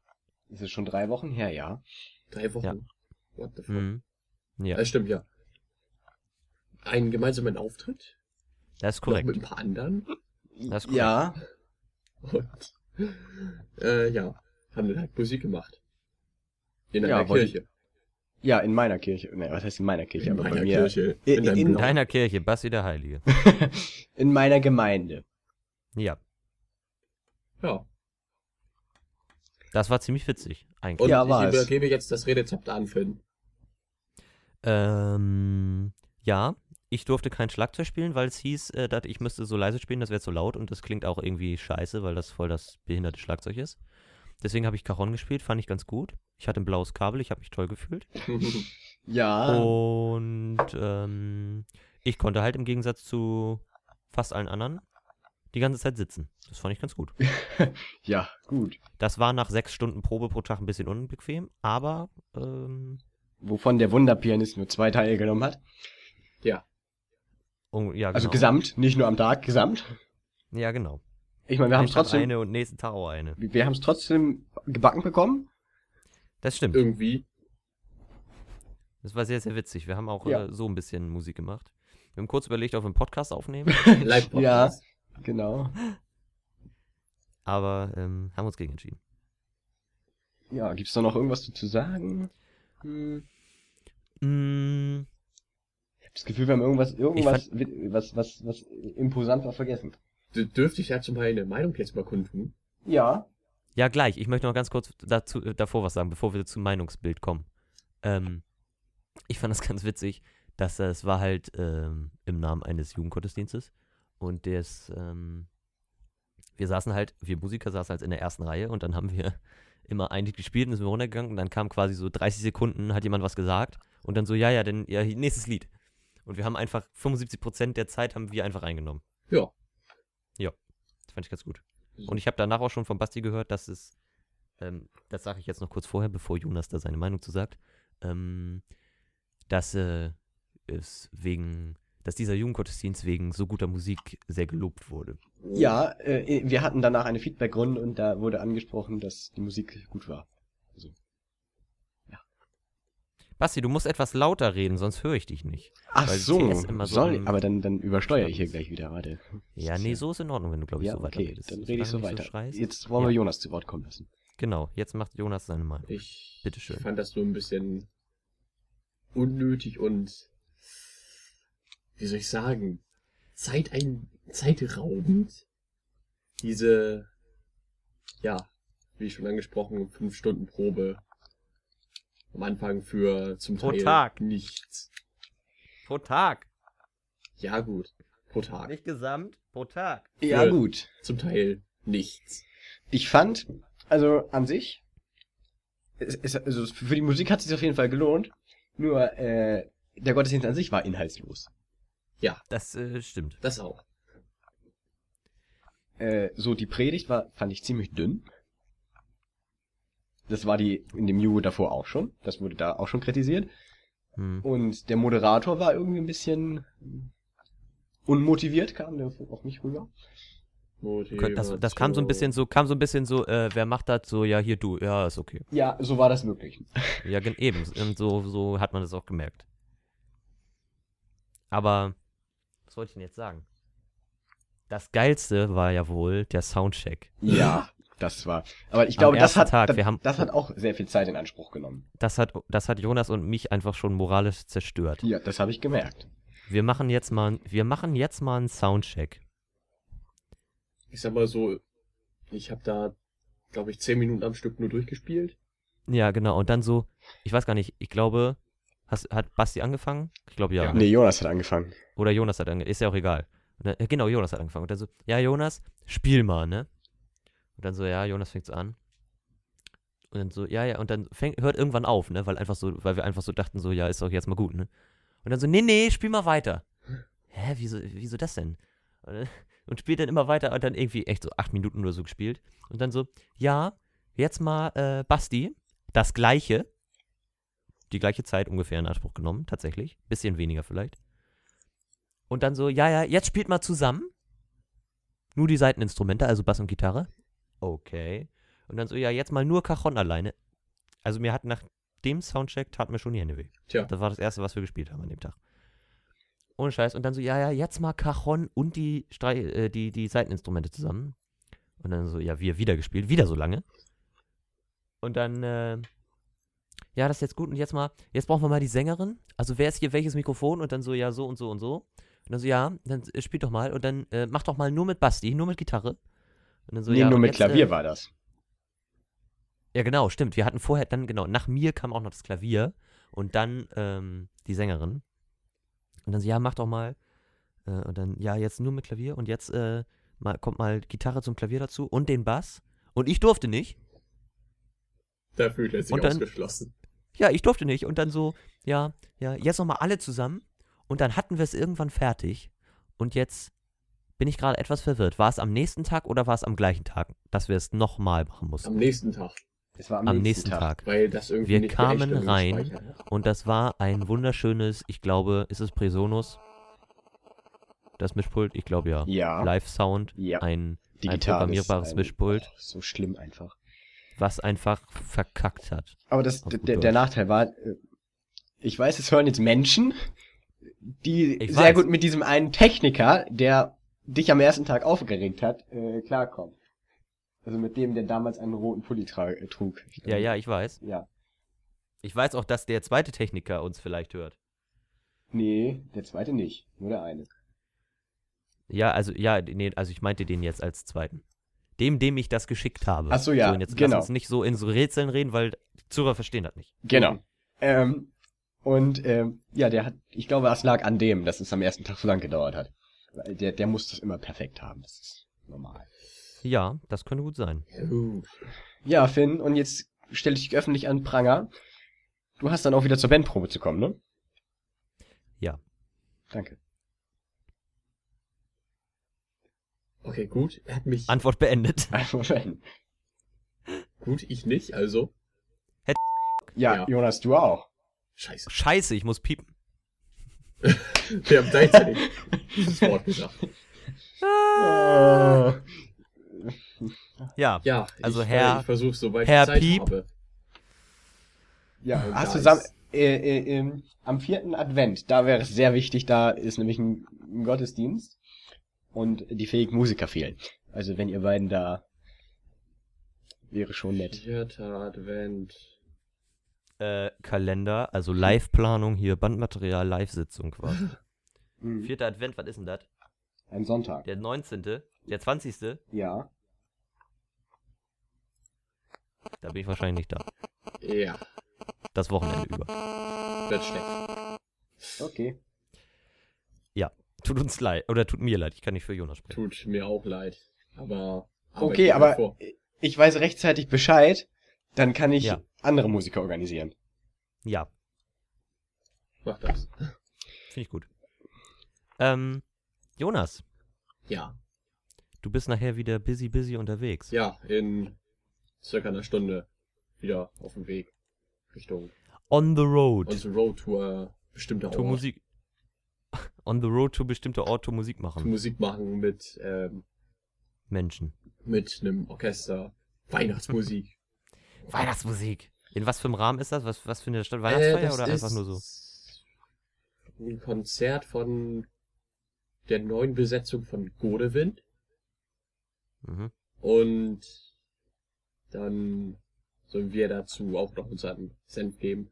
Speaker 3: Ist es schon drei Wochen her, ja?
Speaker 2: Drei Wochen.
Speaker 1: Ja.
Speaker 2: What the fuck?
Speaker 1: Mhm. Ja,
Speaker 2: Das stimmt, ja. Einen gemeinsamen Auftritt.
Speaker 1: das ist
Speaker 2: Noch
Speaker 1: korrekt.
Speaker 2: mit ein paar anderen. (laughs)
Speaker 1: Das ist korrekt.
Speaker 3: ja,
Speaker 2: Und äh, ja, haben dann halt Musik gemacht. In
Speaker 3: Ja,
Speaker 2: einer
Speaker 3: wollte
Speaker 2: Kirche.
Speaker 3: ja, in meiner Kirche. Nee, was heißt in meiner Kirche?
Speaker 2: in
Speaker 3: aber
Speaker 2: meiner
Speaker 3: bei mir.
Speaker 2: Kirche.
Speaker 3: In-
Speaker 2: In, deinem
Speaker 3: in-
Speaker 1: In
Speaker 2: Block.
Speaker 1: deiner Kirche, Basti der Heilige.
Speaker 3: In meiner Gemeinde.
Speaker 1: Ja,
Speaker 2: Ja.
Speaker 1: das war ziemlich witzig, eigentlich.
Speaker 2: Und
Speaker 3: Ja, war
Speaker 2: ich
Speaker 3: es.
Speaker 2: übergebe jetzt das Redezept an Finn.
Speaker 1: Ähm, ja, ich durfte kein Schlagzeug spielen, weil es hieß, äh, dass ich müsste so leise spielen, das wäre zu laut und das klingt auch irgendwie scheiße, weil das voll das behinderte Schlagzeug ist. Deswegen habe ich Cajon gespielt, fand ich ganz gut. Ich hatte ein blaues Kabel, ich habe mich toll gefühlt.
Speaker 3: Ja.
Speaker 1: Oh. Und ähm, ich konnte halt im Gegensatz zu fast allen anderen die ganze Zeit sitzen. Das fand ich ganz gut.
Speaker 3: Ja, gut.
Speaker 1: Das war nach sechs Stunden Probe pro Tag ein bisschen unbequem, aber ähm,
Speaker 3: Wovon der Wunderpianist nur zwei Teile genommen hat.
Speaker 1: oh, ja, genau.
Speaker 3: Also gesamt, nicht nur am Tag, gesamt.
Speaker 1: Ja, genau.
Speaker 3: Ich meine, wir haben
Speaker 1: Einen
Speaker 3: es
Speaker 1: Tag
Speaker 3: trotzdem,
Speaker 1: eine und nächsten Tag auch eine.
Speaker 3: wir haben es trotzdem gebacken bekommen.
Speaker 1: Das stimmt.
Speaker 2: (laughs) Irgendwie.
Speaker 1: Das war sehr, sehr witzig. Wir haben auch
Speaker 3: Ja.
Speaker 1: äh, so ein bisschen Musik gemacht. Wir haben kurz überlegt, ob wir einen Podcast
Speaker 3: (laughs)
Speaker 1: aufnehmen,
Speaker 2: Live-Podcast.
Speaker 3: Genau.
Speaker 1: aber ähm, haben uns gegen entschieden.
Speaker 3: Ja, gibt's da noch irgendwas zu- zu sagen? Hm.
Speaker 1: Mm,
Speaker 3: Ich hab das Gefühl, wir haben irgendwas, irgendwas,
Speaker 1: Ich
Speaker 3: wi- was, was, was imposant war vergessen.
Speaker 2: D- Dürfte ich dazu meine Meinung jetzt mal kundtun?
Speaker 3: Ja.
Speaker 1: ja, gleich. Ich möchte noch ganz kurz dazu, äh, davor was sagen, bevor wir zum Meinungsbild kommen. Ähm, ich fand das (laughs) ganz witzig, dass das war halt ähm, im Namen eines Jugendgottesdienstes und des, ähm, wir saßen halt, wir Musiker saßen halt in der ersten Reihe und dann haben wir (laughs) immer ein Lied gespielt und dann sind wir runtergegangen und dann kam quasi so 30 Sekunden, hat jemand was gesagt und dann so, ja, ja, dann, ja, hier, nächstes Lied. Und wir haben einfach 75% der Zeit haben wir einfach eingenommen.
Speaker 2: Ja.
Speaker 1: Ja, das fand ich ganz gut. Und ich habe danach auch schon von Basti gehört, dass es, ähm, das sage ich jetzt noch kurz vorher, bevor Jonas da seine Meinung zu sagt, ähm, dass äh, es wegen, dass dieser Jugendgottesdienst wegen so guter Musik sehr gelobt wurde.
Speaker 3: Ja, äh, wir hatten danach eine Feedbackrunde und da wurde angesprochen, dass die Musik gut war.
Speaker 1: Basti, du musst etwas lauter reden, sonst höre ich dich nicht.
Speaker 3: Ach
Speaker 1: Weil
Speaker 3: so,
Speaker 1: CS immer so
Speaker 3: sorry,
Speaker 1: ein-
Speaker 3: aber dann, dann übersteuere ich hier
Speaker 1: Schnaps.
Speaker 3: gleich wieder, warte.
Speaker 1: Ja, nee, so ist in Ordnung, wenn du, glaube ich,
Speaker 3: ja,
Speaker 1: so weiter
Speaker 3: okay,
Speaker 1: redest.
Speaker 3: dann rede ich so
Speaker 1: Solange du
Speaker 3: weiter.
Speaker 1: nicht schreist.
Speaker 3: Jetzt wollen wir
Speaker 1: Ja.
Speaker 3: Jonas zu Wort kommen lassen.
Speaker 1: Genau, jetzt macht Jonas seine Meinung.
Speaker 2: Ich
Speaker 1: Bitteschön.
Speaker 2: fand das nur ein bisschen unnötig und wie soll ich sagen, Zeit ein, zeitraubend. Diese, ja, wie schon angesprochen, fünf Stunden Probe am Anfang für zum
Speaker 1: Pro
Speaker 2: Teil
Speaker 1: Tag.
Speaker 2: nichts.
Speaker 1: Pro Tag,
Speaker 2: Ja gut, pro Tag.
Speaker 1: gesamt, pro Tag.
Speaker 3: Ja,
Speaker 2: Ja.
Speaker 3: gut.
Speaker 2: Zum Teil nichts.
Speaker 3: Ich fand, also an sich, es, es, also für die Musik hat es sich auf jeden Fall gelohnt, nur äh, der Gottesdienst an sich war inhaltslos.
Speaker 1: Das äh, stimmt.
Speaker 2: Das auch.
Speaker 3: Äh, so, die Predigt war, fand ich ziemlich dünn. Das war die in dem Jugo davor auch schon. Das wurde da auch schon kritisiert.
Speaker 1: Hm.
Speaker 3: Und der Moderator war irgendwie ein bisschen unmotiviert, kam der auf mich rüber.
Speaker 1: Das,
Speaker 3: also
Speaker 1: das kam so ein bisschen so, kam so ein bisschen so, äh, wer macht das so, ja, hier du, ja, ist okay.
Speaker 3: Ja, so war das möglich.
Speaker 1: Ja, gen- eben. Und so, so hat man das auch gemerkt. Aber, was wollte ich denn jetzt sagen? Das Geilste war ja wohl der Soundcheck.
Speaker 3: Ja, das war. Aber ich
Speaker 1: Am
Speaker 3: glaube, das
Speaker 1: ersten
Speaker 3: hat,
Speaker 1: Tag,
Speaker 3: das,
Speaker 1: wir haben-
Speaker 3: das hat auch sehr viel Zeit in Anspruch genommen.
Speaker 1: Das hat, das hat Jonas und mich einfach schon moralisch zerstört.
Speaker 3: Ja, das habe ich gemerkt.
Speaker 1: Wir machen jetzt mal, wir machen jetzt mal einen Soundcheck.
Speaker 2: Ich sag mal so, ich habe da, glaube ich, zehn Minuten am Stück nur durchgespielt.
Speaker 1: Ja, genau. Und dann so, ich weiß gar nicht, ich glaube, hast, hat Basti angefangen? Ich glaube ja.
Speaker 2: Ja.
Speaker 1: ne?
Speaker 3: Nee, Jonas hat angefangen.
Speaker 1: Oder Jonas hat angefangen, ist ja auch egal. Und dann, äh, genau, Jonas hat angefangen. Und dann so, ja, Jonas, spiel mal, ne? Und dann so, ja, Jonas fängt so an. Und dann so, ja, ja, und dann fängt, hört irgendwann auf, ne? Weil einfach so, weil wir einfach so dachten, so, ja, ist doch jetzt mal gut, ne? Und dann so, nee, nee, spiel mal weiter. Hä, wieso, wieso das denn? Und, dann- und spielt dann immer weiter und dann irgendwie echt so acht Minuten oder so gespielt. Und dann so, ja, jetzt mal äh, Basti, das gleiche. Die gleiche Zeit ungefähr in Anspruch genommen, tatsächlich. Bisschen weniger vielleicht. Und dann so, ja, ja, jetzt spielt mal zusammen. Nur die Seiteninstrumente, also Bass und Gitarre. Okay. Und dann so, ja, jetzt mal nur Cajon alleine. Also mir hat nach dem Soundcheck tat mir schon die Hände weh.
Speaker 2: Tja.
Speaker 1: Das war das Erste, was wir gespielt haben an dem Tag. Ohne Scheiß. Und dann so, ja, ja, jetzt mal Cajon und die, Strei äh, die, die Seiteninstrumente zusammen. Und dann so, ja, wir wieder gespielt, wieder so lange. Und dann, äh, ja, das ist jetzt gut. Und jetzt mal, jetzt brauchen wir mal die Sängerin. Also wer ist hier welches Mikrofon? Und dann so, ja, so und so und so. Und dann so, ja, dann äh, spielt doch mal. Und dann äh, mach doch mal nur mit Basti, nur mit Gitarre. Und dann so,
Speaker 3: nee,
Speaker 1: ja,
Speaker 3: nur
Speaker 1: und
Speaker 3: mit
Speaker 1: jetzt,
Speaker 3: Klavier
Speaker 1: äh,
Speaker 3: war das.
Speaker 1: ja, genau, stimmt. Wir hatten vorher dann, genau, nach mir kam auch noch das Klavier und dann ähm, die Sängerin. Und dann so, ja, mach doch mal. Äh, und dann, ja, jetzt nur mit Klavier und jetzt äh, mal, kommt mal Gitarre zum Klavier dazu und den Bass. Und ich durfte nicht.
Speaker 2: Da fühlt er sich
Speaker 1: Und dann-
Speaker 2: ausgeschlossen.
Speaker 1: Ja, ich durfte nicht. Und dann so, ja, ja, jetzt nochmal alle zusammen. Und dann hatten wir es irgendwann fertig. Und jetzt bin ich gerade etwas verwirrt. War es am nächsten Tag oder war es am gleichen Tag, dass wir es nochmal machen mussten?
Speaker 2: Am nächsten Tag,
Speaker 3: Es war
Speaker 1: Am nächsten Tag.
Speaker 2: weil das irgendwie
Speaker 1: Wir
Speaker 2: nicht
Speaker 1: kamen
Speaker 2: gerecht
Speaker 1: rein.
Speaker 2: gespeichert hat.
Speaker 1: Und das war ein wunderschönes, ich glaube, ist es Presonus? Das Mischpult? Ich glaube ja.
Speaker 3: Ja,
Speaker 1: Live-Sound,
Speaker 3: ja.
Speaker 1: ein, ein
Speaker 3: digitales,
Speaker 1: programmierbares
Speaker 3: ein-
Speaker 1: Mischpult,
Speaker 3: Oh, so schlimm einfach.
Speaker 1: was einfach verkackt hat.
Speaker 3: Aber das,
Speaker 1: Auf
Speaker 3: der,
Speaker 1: gut
Speaker 3: der der
Speaker 1: Deutsch.
Speaker 3: Nachteil war, äh, ich weiß, es hören jetzt Menschen, die
Speaker 1: Ich
Speaker 3: sehr
Speaker 1: weiß.
Speaker 3: gut mit diesem einen Techniker, der dich am ersten Tag aufgeregt hat, äh, klarkommen. Also mit dem, der damals einen roten Pulli tra- äh, trug.
Speaker 1: Ja, ja, ich weiß.
Speaker 3: Ja.
Speaker 1: Ich weiß auch, dass der zweite Techniker uns vielleicht hört.
Speaker 3: Nee, der zweite nicht. Nur der eine.
Speaker 1: Ja, also, ja, nee, also ich meinte den jetzt als zweiten. Dem, dem ich das geschickt habe.
Speaker 3: Ach so, ja,
Speaker 1: So, und jetzt
Speaker 3: genau.
Speaker 1: lass uns nicht so in so Rätseln reden, weil die Zuhörer verstehen das nicht.
Speaker 3: Genau. Ähm, und ähm, ja, der hat, ich glaube, es lag an dem, dass es am ersten Tag so lang gedauert hat. Weil Der, der muss das immer perfekt haben. Das ist normal.
Speaker 1: Ja, das könnte gut sein.
Speaker 2: Ja, uh,
Speaker 3: Ja, Finn, und jetzt stelle ich dich öffentlich an den Pranger. Du hast dann auch wieder zur Bandprobe zu kommen, ne?
Speaker 1: Ja.
Speaker 3: Danke. (laughs)
Speaker 2: Okay, gut. Er hat mich
Speaker 1: Antwort beendet. (laughs)
Speaker 3: Einfach schön.
Speaker 2: gut, ich nicht, also.
Speaker 3: Ja,
Speaker 2: Ja.
Speaker 3: Jonas, du auch.
Speaker 2: Scheiße. (laughs)
Speaker 1: Scheiße, ich muss piepen.
Speaker 2: Wir haben gleichzeitig dieses Wort gesagt.
Speaker 3: Äh,
Speaker 1: Ja,
Speaker 2: Ja,
Speaker 1: Also
Speaker 2: ich,
Speaker 1: Herr-
Speaker 2: äh, ich versuche, soweit
Speaker 1: Herr
Speaker 2: ich Zeit
Speaker 1: Piep.
Speaker 2: habe.
Speaker 3: ja,
Speaker 2: Oh,
Speaker 3: hast du
Speaker 2: nice.
Speaker 3: sam äh, äh, ähm, am vierten Advent, da wäre es sehr wichtig, da ist nämlich ein, ein Gottesdienst und die fähigen Musiker fehlen. Also wenn ihr beiden da wäre schon nett.
Speaker 2: Vierter Advent.
Speaker 1: äh, Kalender, also Live-Planung hier, Bandmaterial, Live-Sitzung (laughs) quasi.
Speaker 3: Mhm.
Speaker 1: Vierter Advent, was ist denn das?
Speaker 3: Ein Sonntag.
Speaker 1: Der 19., der 20.,
Speaker 3: Ja.
Speaker 1: da bin ich wahrscheinlich nicht da.
Speaker 2: Ja,
Speaker 1: Das Wochenende über.
Speaker 2: wird schlecht.
Speaker 3: Okay.
Speaker 1: Tut uns leid, oder tut mir leid, ich kann nicht für Jonas sprechen.
Speaker 2: Tut mir auch leid. Aber. aber ich
Speaker 3: Okay,
Speaker 2: bin
Speaker 3: aber
Speaker 2: davor.
Speaker 3: ich weiß rechtzeitig Bescheid, dann kann ich
Speaker 1: Ja.
Speaker 3: andere Musiker organisieren.
Speaker 1: Ja,
Speaker 2: Mach das.
Speaker 1: finde ich gut. Ähm, Jonas,
Speaker 2: Ja,
Speaker 1: du bist nachher wieder busy, busy unterwegs.
Speaker 2: ja, in circa einer Stunde wieder auf dem Weg Richtung
Speaker 1: On the road.
Speaker 2: unsere Road Tour bestimmter
Speaker 1: to
Speaker 2: Ort.
Speaker 1: Musik. (laughs) On the road to bestimmter Ort to Musik machen.
Speaker 2: Musik machen mit, ähm,
Speaker 1: Menschen.
Speaker 2: mit einem Orchester, Weihnachtsmusik.
Speaker 1: Weihnachtsmusik. In was für einem Rahmen ist das? Was, was für eine Stadt? (laughs) Weihnachtsfeier oder einfach nur so?
Speaker 2: so? Äh, Ein Konzert von der neuen Besetzung von Godewind
Speaker 1: Mhm.
Speaker 2: und dann sollen wir dazu auch noch unseren Cent geben,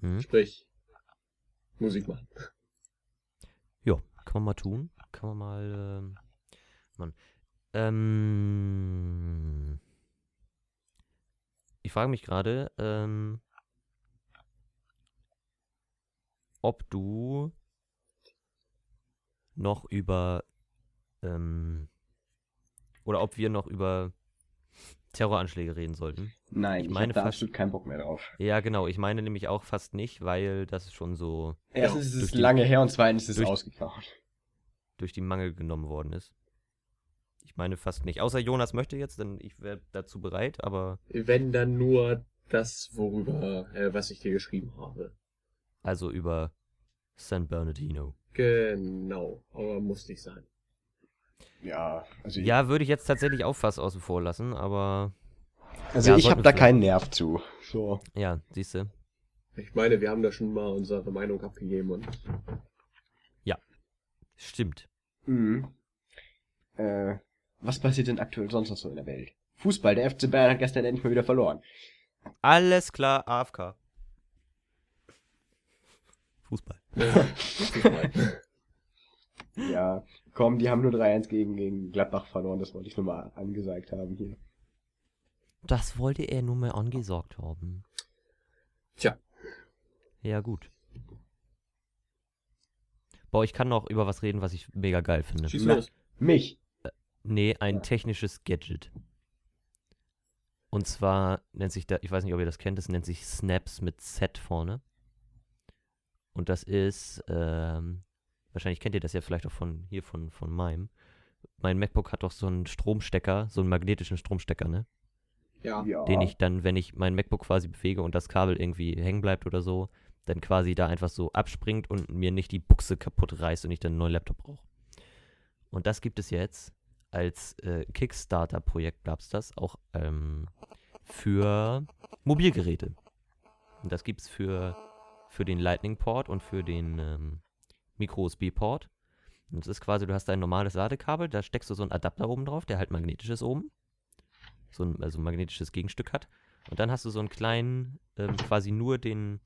Speaker 1: Mhm.
Speaker 2: sprich Musik machen.
Speaker 1: Ja, kann man mal tun. Kann man mal. Ähm, Mann. Ähm, ich frage mich gerade, ähm, ob du noch über. Ähm, oder ob wir noch über Terroranschläge reden sollten.
Speaker 3: Nein,
Speaker 1: Ich
Speaker 3: ich,
Speaker 1: meine
Speaker 3: meine hab da
Speaker 1: fast-
Speaker 3: absolut keinen Bock mehr drauf.
Speaker 1: Ja, genau. Ich meine nämlich auch fast nicht, weil das ist schon so
Speaker 3: Erstens ist
Speaker 1: durch
Speaker 3: es
Speaker 1: die-
Speaker 3: lange her und zweitens ist es
Speaker 1: durch-
Speaker 3: ausgeklaut.
Speaker 1: durch die Mangel genommen worden ist. Ich meine fast nicht. Außer Jonas möchte jetzt, denn ich wäre dazu bereit, aber
Speaker 2: Wenn dann nur das, worüber, äh, was ich dir geschrieben habe.
Speaker 1: also über San Bernardino.
Speaker 2: Genau, aber muss nicht sein.
Speaker 3: Ja, also
Speaker 1: Ja, würde ich jetzt tatsächlich auch fast außen vor lassen, aber
Speaker 3: Also
Speaker 1: Ja,
Speaker 3: ich
Speaker 1: sollten
Speaker 3: habe da
Speaker 1: wir-
Speaker 3: keinen Nerv zu. So.
Speaker 1: Ja, siehst du.
Speaker 2: Ich meine, wir haben da schon mal unsere Meinung abgegeben und
Speaker 1: Stimmt.
Speaker 3: Mhm. Äh, was passiert denn aktuell sonst noch so in der Welt? Fußball, der FC Bayern hat gestern endlich mal wieder verloren.
Speaker 1: Alles klar, AFK. Fußball.
Speaker 3: Ja, komm, die haben nur 3-1 gegen, gegen Gladbach verloren, das wollte ich nur mal angesagt haben hier.
Speaker 1: Das wollte er nur mal angesorgt haben.
Speaker 2: Tja.
Speaker 1: Ja, gut. Boah, ich kann noch über was reden, was ich mega geil finde.
Speaker 2: schieß
Speaker 3: Na.
Speaker 2: los.
Speaker 3: Mich.
Speaker 1: Nee, ein
Speaker 3: Ja.
Speaker 1: technisches Gadget. Und zwar nennt sich da, ich weiß nicht, ob ihr das kennt, es nennt sich Snaps mit Z vorne. Und das ist, ähm, wahrscheinlich kennt ihr das ja vielleicht auch von hier von, von meinem. Mein MacBook hat doch so einen Stromstecker, so einen magnetischen Stromstecker, ne?
Speaker 2: Ja.
Speaker 3: Ja.
Speaker 1: Den ich dann, wenn ich mein MacBook quasi bewege und das Kabel irgendwie hängen bleibt oder so, dann quasi da einfach so abspringt und mir nicht die Buchse kaputt reißt und ich dann einen neuen Laptop brauche. Und das gibt es jetzt als äh, Kickstarter-Projekt, gab es das auch ähm, für Mobilgeräte. Und das gibt es für, für den Lightning-Port und für den ähm, Micro-USB-Port. Und das ist quasi, du hast dein normales Ladekabel, da steckst du so einen Adapter oben drauf, der halt magnetisch ist oben. So ein, also ein magnetisches Gegenstück hat. Und dann hast du so einen kleinen, ähm, quasi nur den,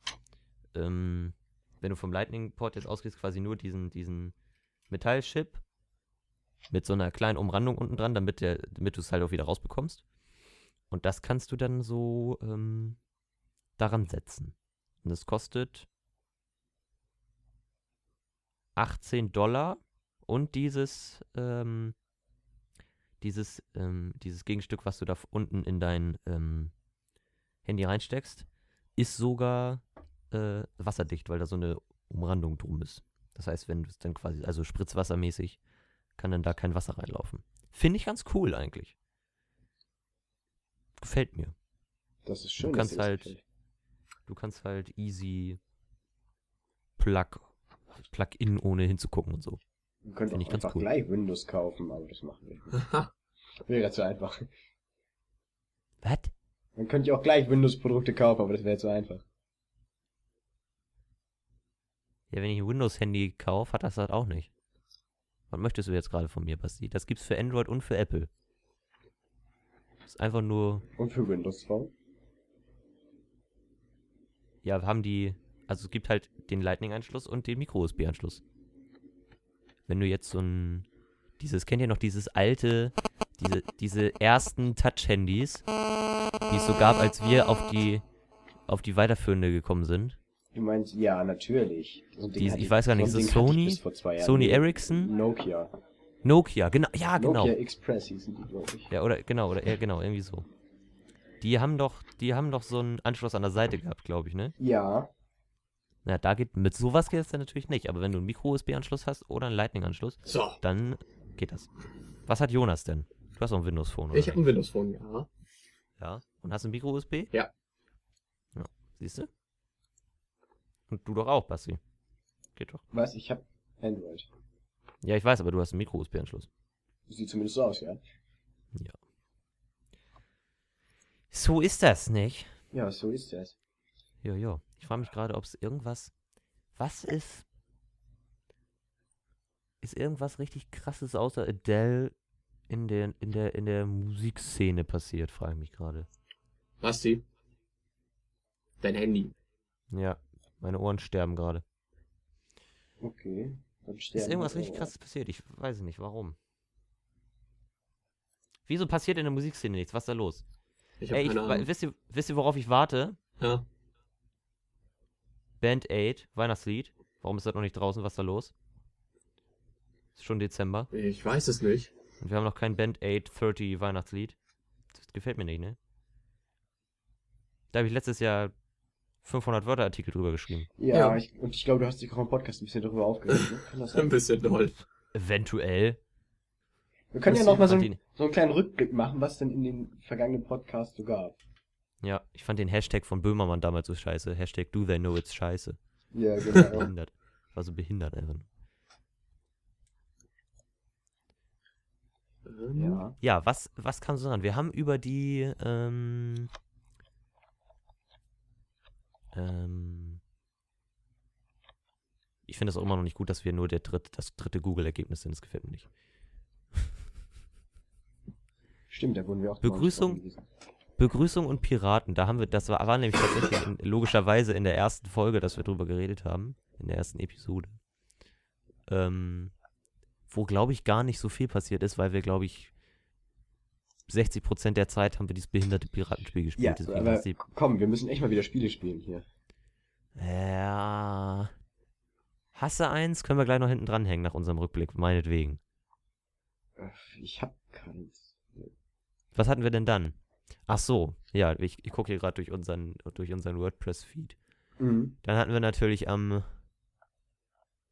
Speaker 1: ähm, wenn du vom Lightning-Port jetzt ausgehst, quasi nur diesen, diesen Metallchip mit so einer kleinen Umrandung unten dran, damit, der- damit du es halt auch wieder rausbekommst. Und das kannst du dann so ähm, daran setzen. Und das kostet 18 Dollar und dieses, ähm, dieses, ähm, dieses Gegenstück, was du da unten in dein ähm, Handy reinsteckst, ist sogar äh, wasserdicht, weil da so eine Umrandung drum ist. Das heißt, wenn du es dann quasi, also spritzwassermäßig, kann dann da kein Wasser reinlaufen. Finde ich ganz cool eigentlich. Gefällt mir.
Speaker 3: Das ist schön.
Speaker 1: Du
Speaker 3: dass
Speaker 1: kannst
Speaker 3: ihr das
Speaker 1: halt-
Speaker 3: gefällt.
Speaker 1: Du kannst halt easy Plug, Plug-in ohne hinzugucken und so.
Speaker 3: Wir können
Speaker 1: Find ich
Speaker 3: auch
Speaker 1: ganz
Speaker 3: einfach
Speaker 1: cool.
Speaker 3: gleich Windows kaufen, aber das machen wir nicht.
Speaker 2: Haha.
Speaker 3: Wäre zu einfach.
Speaker 1: Was?
Speaker 3: Dann könnt ihr auch gleich Windows-Produkte kaufen, aber das wäre zu einfach.
Speaker 1: Ja, wenn ich ein Windows-Handy kaufe, hat das das auch nicht. Was möchtest du jetzt gerade von mir, Basti? Das gibt's für Android und für Apple. Ist einfach nur,
Speaker 3: Und für Windows Phone?
Speaker 1: ja, wir haben die, also es gibt halt den Lightning-Anschluss und den Micro-USB-Anschluss. Wenn du jetzt so ein, dieses, kennt ihr noch dieses alte, diese, diese ersten Touch-Handys, die es so gab, als wir auf die, auf die weiterführende gekommen sind?
Speaker 3: Du meinst, ja, natürlich. So ein Ding
Speaker 1: Die-
Speaker 3: hatte
Speaker 1: ich weiß gar nicht,
Speaker 3: so ein
Speaker 1: ist das
Speaker 3: Ding hatte ich
Speaker 1: Sony?
Speaker 3: bis vor zwei Jahren.
Speaker 1: Sony Ericsson?
Speaker 3: Nokia.
Speaker 1: Nokia, genau, ja, genau.
Speaker 3: Nokia Express hießen die, glaube ich.
Speaker 1: Ja, oder genau, oder eher genau, irgendwie so. Die haben doch, die haben doch so einen Anschluss an der Seite gehabt, glaube ich, ne?
Speaker 3: Ja,
Speaker 1: Na, da geht mit sowas geht es dann natürlich nicht, aber wenn du einen Micro-USB-Anschluss hast oder einen Lightning-Anschluss,
Speaker 2: So,
Speaker 1: dann geht das. Was hat Jonas denn? Du hast auch ein Windows-Phone, oder?
Speaker 2: ich habe ein Windows Phone, ja.
Speaker 1: ja. Und hast ein Micro-USB?
Speaker 2: Ja.
Speaker 1: Ja, siehst du? Und du doch auch, Basti. Geht doch.
Speaker 3: was? Ich habe Android.
Speaker 1: Ja, ich weiß, aber du hast einen Micro-USB-Anschluss.
Speaker 3: Sieht zumindest so aus, ja.
Speaker 1: So ist das, nicht?
Speaker 3: Ja, so ist das.
Speaker 1: Ja, ja. Ich frage mich gerade, ob es irgendwas. Was ist. Ist irgendwas richtig krasses außer Adele in der, in der, in der Musikszene passiert, frage ich mich gerade.
Speaker 2: Basti. Dein Handy.
Speaker 1: Ja, meine Ohren sterben gerade.
Speaker 3: Okay. Dann
Speaker 1: Ist
Speaker 3: sterben
Speaker 1: irgendwas
Speaker 3: wir.
Speaker 1: richtig krasses passiert? Ich weiß nicht, warum. Wieso passiert in der Musikszene nichts? Was ist da los?
Speaker 2: Ich habe
Speaker 1: Ey, ich,
Speaker 2: keine
Speaker 1: we-
Speaker 2: Ahnung.
Speaker 1: wisst, ihr, wisst ihr, worauf ich warte?
Speaker 2: Ja.
Speaker 1: Band Aid, Weihnachtslied. Warum ist das noch nicht draußen? Was ist da los? Ist schon Dezember.
Speaker 2: Ich weiß es nicht.
Speaker 1: Und wir haben noch kein Band Aid 30 Weihnachtslied. Das gefällt mir nicht, ne? Da habe ich letztes Jahr 500 Wörter Artikel drüber geschrieben.
Speaker 3: Ja,
Speaker 2: Ja.
Speaker 3: Ich, und ich glaube, du hast dich auch im Podcast ein bisschen darüber aufgeregt. Ne? Kann das
Speaker 1: Äh,
Speaker 3: sein?
Speaker 2: (laughs) Ein bisschen doll.
Speaker 1: Eventuell.
Speaker 3: Wir können ja
Speaker 1: Muss-
Speaker 3: nochmal so,
Speaker 1: fand
Speaker 3: einen- so einen kleinen Rückblick machen, was denn in den vergangenen Podcasts so gab.
Speaker 1: den, Ja, ich fand den Hashtag von Böhmermann damals so scheiße. Hashtag Do They Know It's
Speaker 3: (laughs)
Speaker 1: Scheiße. (laughs)
Speaker 3: Ja, genau.
Speaker 1: Behindert. War so behindert einfach. nur.
Speaker 2: Ähm,
Speaker 3: Ja.
Speaker 1: Ja, was, was kam so dran? Wir haben über die ähm, ähm, ich finde es auch immer noch nicht gut, dass wir nur der dritte, das dritte Google-Ergebnis sind. Das gefällt mir nicht.
Speaker 3: Stimmt, da wurden wir auch.
Speaker 1: Begrüßung. Begrüßung und Piraten, da haben wir, das war, war nämlich tatsächlich in, logischerweise in der ersten Folge, dass wir drüber geredet haben, in der ersten Episode. Ähm, wo, glaube ich, gar nicht so viel passiert ist, weil wir, glaube ich, 60% der Zeit haben wir dieses behinderte Piratenspiel gespielt.
Speaker 3: Ja,
Speaker 1: deswegen
Speaker 3: aber
Speaker 1: ist die,
Speaker 3: komm, wir müssen echt mal wieder Spiele spielen hier.
Speaker 1: ja. Hasse eins können wir gleich noch hinten dranhängen nach unserem Rückblick, meinetwegen.
Speaker 3: Öff, Ich hab keins.
Speaker 1: Was hatten wir denn dann? Ach so, ja, ich, ich gucke hier gerade durch unseren, durch unseren WordPress-Feed.
Speaker 3: Mhm.
Speaker 1: Dann hatten wir natürlich am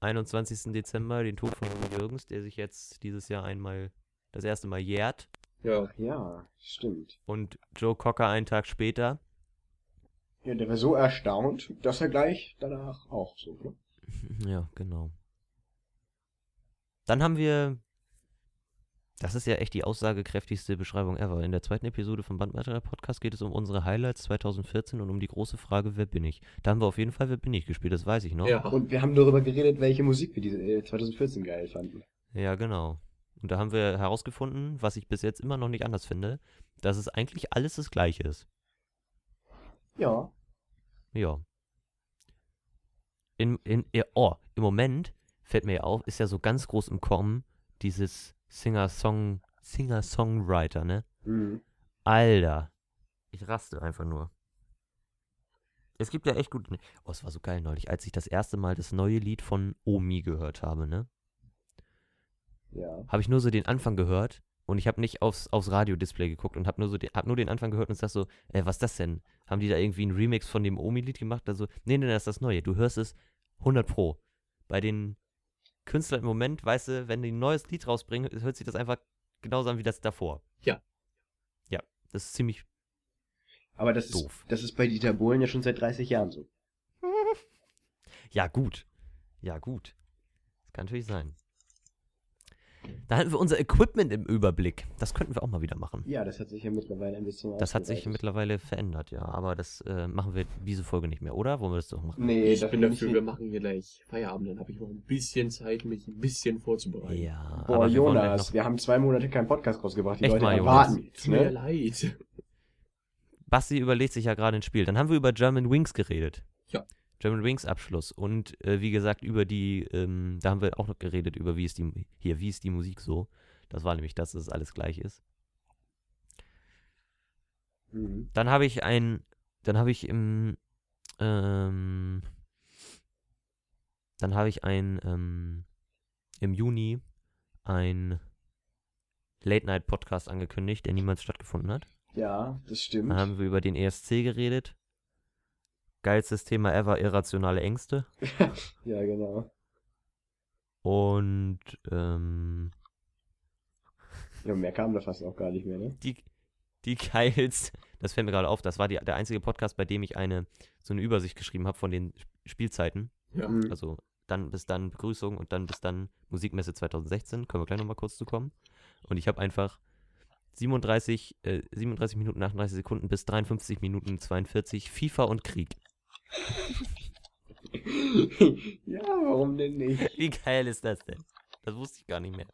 Speaker 1: 21. Dezember den Tod von Ronny Jürgens, der sich jetzt dieses Jahr einmal das erste Mal jährt.
Speaker 2: Ja.
Speaker 3: Ach ja, stimmt.
Speaker 1: Und Joe Cocker einen Tag später.
Speaker 3: Ja, der war so erstaunt, dass er gleich danach auch so, ne?
Speaker 1: (laughs) Ja, genau. Dann haben wir. Das ist ja echt die aussagekräftigste Beschreibung ever. In der zweiten Episode vom Bandmaterial Podcast geht es um unsere Highlights 2014 und um die große Frage, wer bin ich? Da haben wir auf jeden Fall Wer bin ich gespielt, das weiß ich noch.
Speaker 2: Ja.
Speaker 3: Und wir haben darüber geredet, welche Musik wir diese äh, 2014 geil fanden.
Speaker 1: Ja, genau. Und da haben wir herausgefunden, was ich bis jetzt immer noch nicht anders finde, dass es eigentlich alles das gleiche ist.
Speaker 3: Ja.
Speaker 1: Ja. In, in, ja, oh, im Moment fällt mir ja auf, ist ja so ganz groß im Kommen dieses Singer-Song, Singer-Songwriter, ne?
Speaker 3: Mhm.
Speaker 1: Alter. Ich raste einfach nur. Es gibt ja echt gute. Oh, es war so geil neulich, als ich das erste Mal das neue Lied von Omi gehört habe, ne?
Speaker 3: Ja.
Speaker 1: habe ich nur so den Anfang gehört und ich habe nicht aufs, aufs Radiodisplay geguckt und habe nur, so den, hab nur den Anfang gehört und sag so, äh, was ist das denn? Haben die da irgendwie einen Remix von dem Omi-Lied gemacht? Also, nee, nee, das ist das Neue. Du hörst es 100 Pro. Bei den Künstlern im Moment, weißt du, wenn die ein neues Lied rausbringen, hört sich das einfach genauso an wie das davor.
Speaker 2: Ja.
Speaker 1: Ja, das ist ziemlich
Speaker 3: Aber das ist,
Speaker 1: Doof.
Speaker 3: das ist bei Dieter Bohlen ja schon seit 30 Jahren so.
Speaker 1: Ja, gut. Ja, gut. Das kann natürlich sein. Da hatten wir unser Equipment im Überblick. Das könnten wir auch mal wieder machen.
Speaker 3: Ja, das hat sich ja mittlerweile ein bisschen
Speaker 1: Das hat sich
Speaker 3: ausgeweitet.
Speaker 1: mittlerweile verändert, ja. Aber das äh, machen wir diese Folge nicht mehr, oder? Wollen wir das doch machen?
Speaker 3: Nee,
Speaker 2: ich
Speaker 3: das
Speaker 2: bin
Speaker 3: will
Speaker 2: dafür,
Speaker 3: nicht.
Speaker 2: wir machen hier gleich Feierabend. Dann habe ich noch ein bisschen Zeit, mich ein bisschen vorzubereiten.
Speaker 1: Ja.
Speaker 3: Boah,
Speaker 1: aber wir wollen gleich
Speaker 3: Jonas, wir haben zwei Monate keinen Podcast rausgebracht. Die
Speaker 1: Echt
Speaker 3: Leute
Speaker 1: mal, Jonas.
Speaker 3: erwarten jetzt,
Speaker 2: Tut mir
Speaker 3: ne?
Speaker 2: leid.
Speaker 1: Noch, Basti überlegt sich ja gerade ein Spiel. Dann haben wir über German Wings geredet.
Speaker 2: Ja.
Speaker 1: German Wings Abschluss. Und äh, wie gesagt, über die, ähm, da haben wir auch noch geredet, über wie ist die, hier, wie ist die Musik so. Das war nämlich das, dass es alles gleich ist.
Speaker 3: Mhm.
Speaker 1: Dann habe ich ein, dann habe ich im, ähm, dann habe ich ein, ähm, im Juni ein Late-Night-Podcast angekündigt, der niemals stattgefunden hat.
Speaker 3: Ja, das stimmt.
Speaker 1: Dann haben wir über den ESC geredet. Geilstes Thema ever, irrationale Ängste.
Speaker 3: Ja, genau.
Speaker 1: Und, ähm,
Speaker 3: Ja, mehr kam da fast auch gar nicht mehr, ne?
Speaker 1: die, die (laughs) geilste, das fällt mir gerade auf, das war die, der einzige Podcast, bei dem ich eine, so eine Übersicht geschrieben habe von den Spielzeiten.
Speaker 2: Ja.
Speaker 3: Mhm.
Speaker 1: Also dann bis dann Begrüßung und dann bis dann Musikmesse 2016. Können wir gleich nochmal kurz zu kommen. Und ich habe einfach 37, äh, 37 Minuten 38 Sekunden bis 53 Minuten 42 FIFA und Krieg. also-
Speaker 3: (laughs) ja, warum denn nicht?
Speaker 1: (laughs) Wie geil ist das denn? Das wusste ich gar nicht mehr.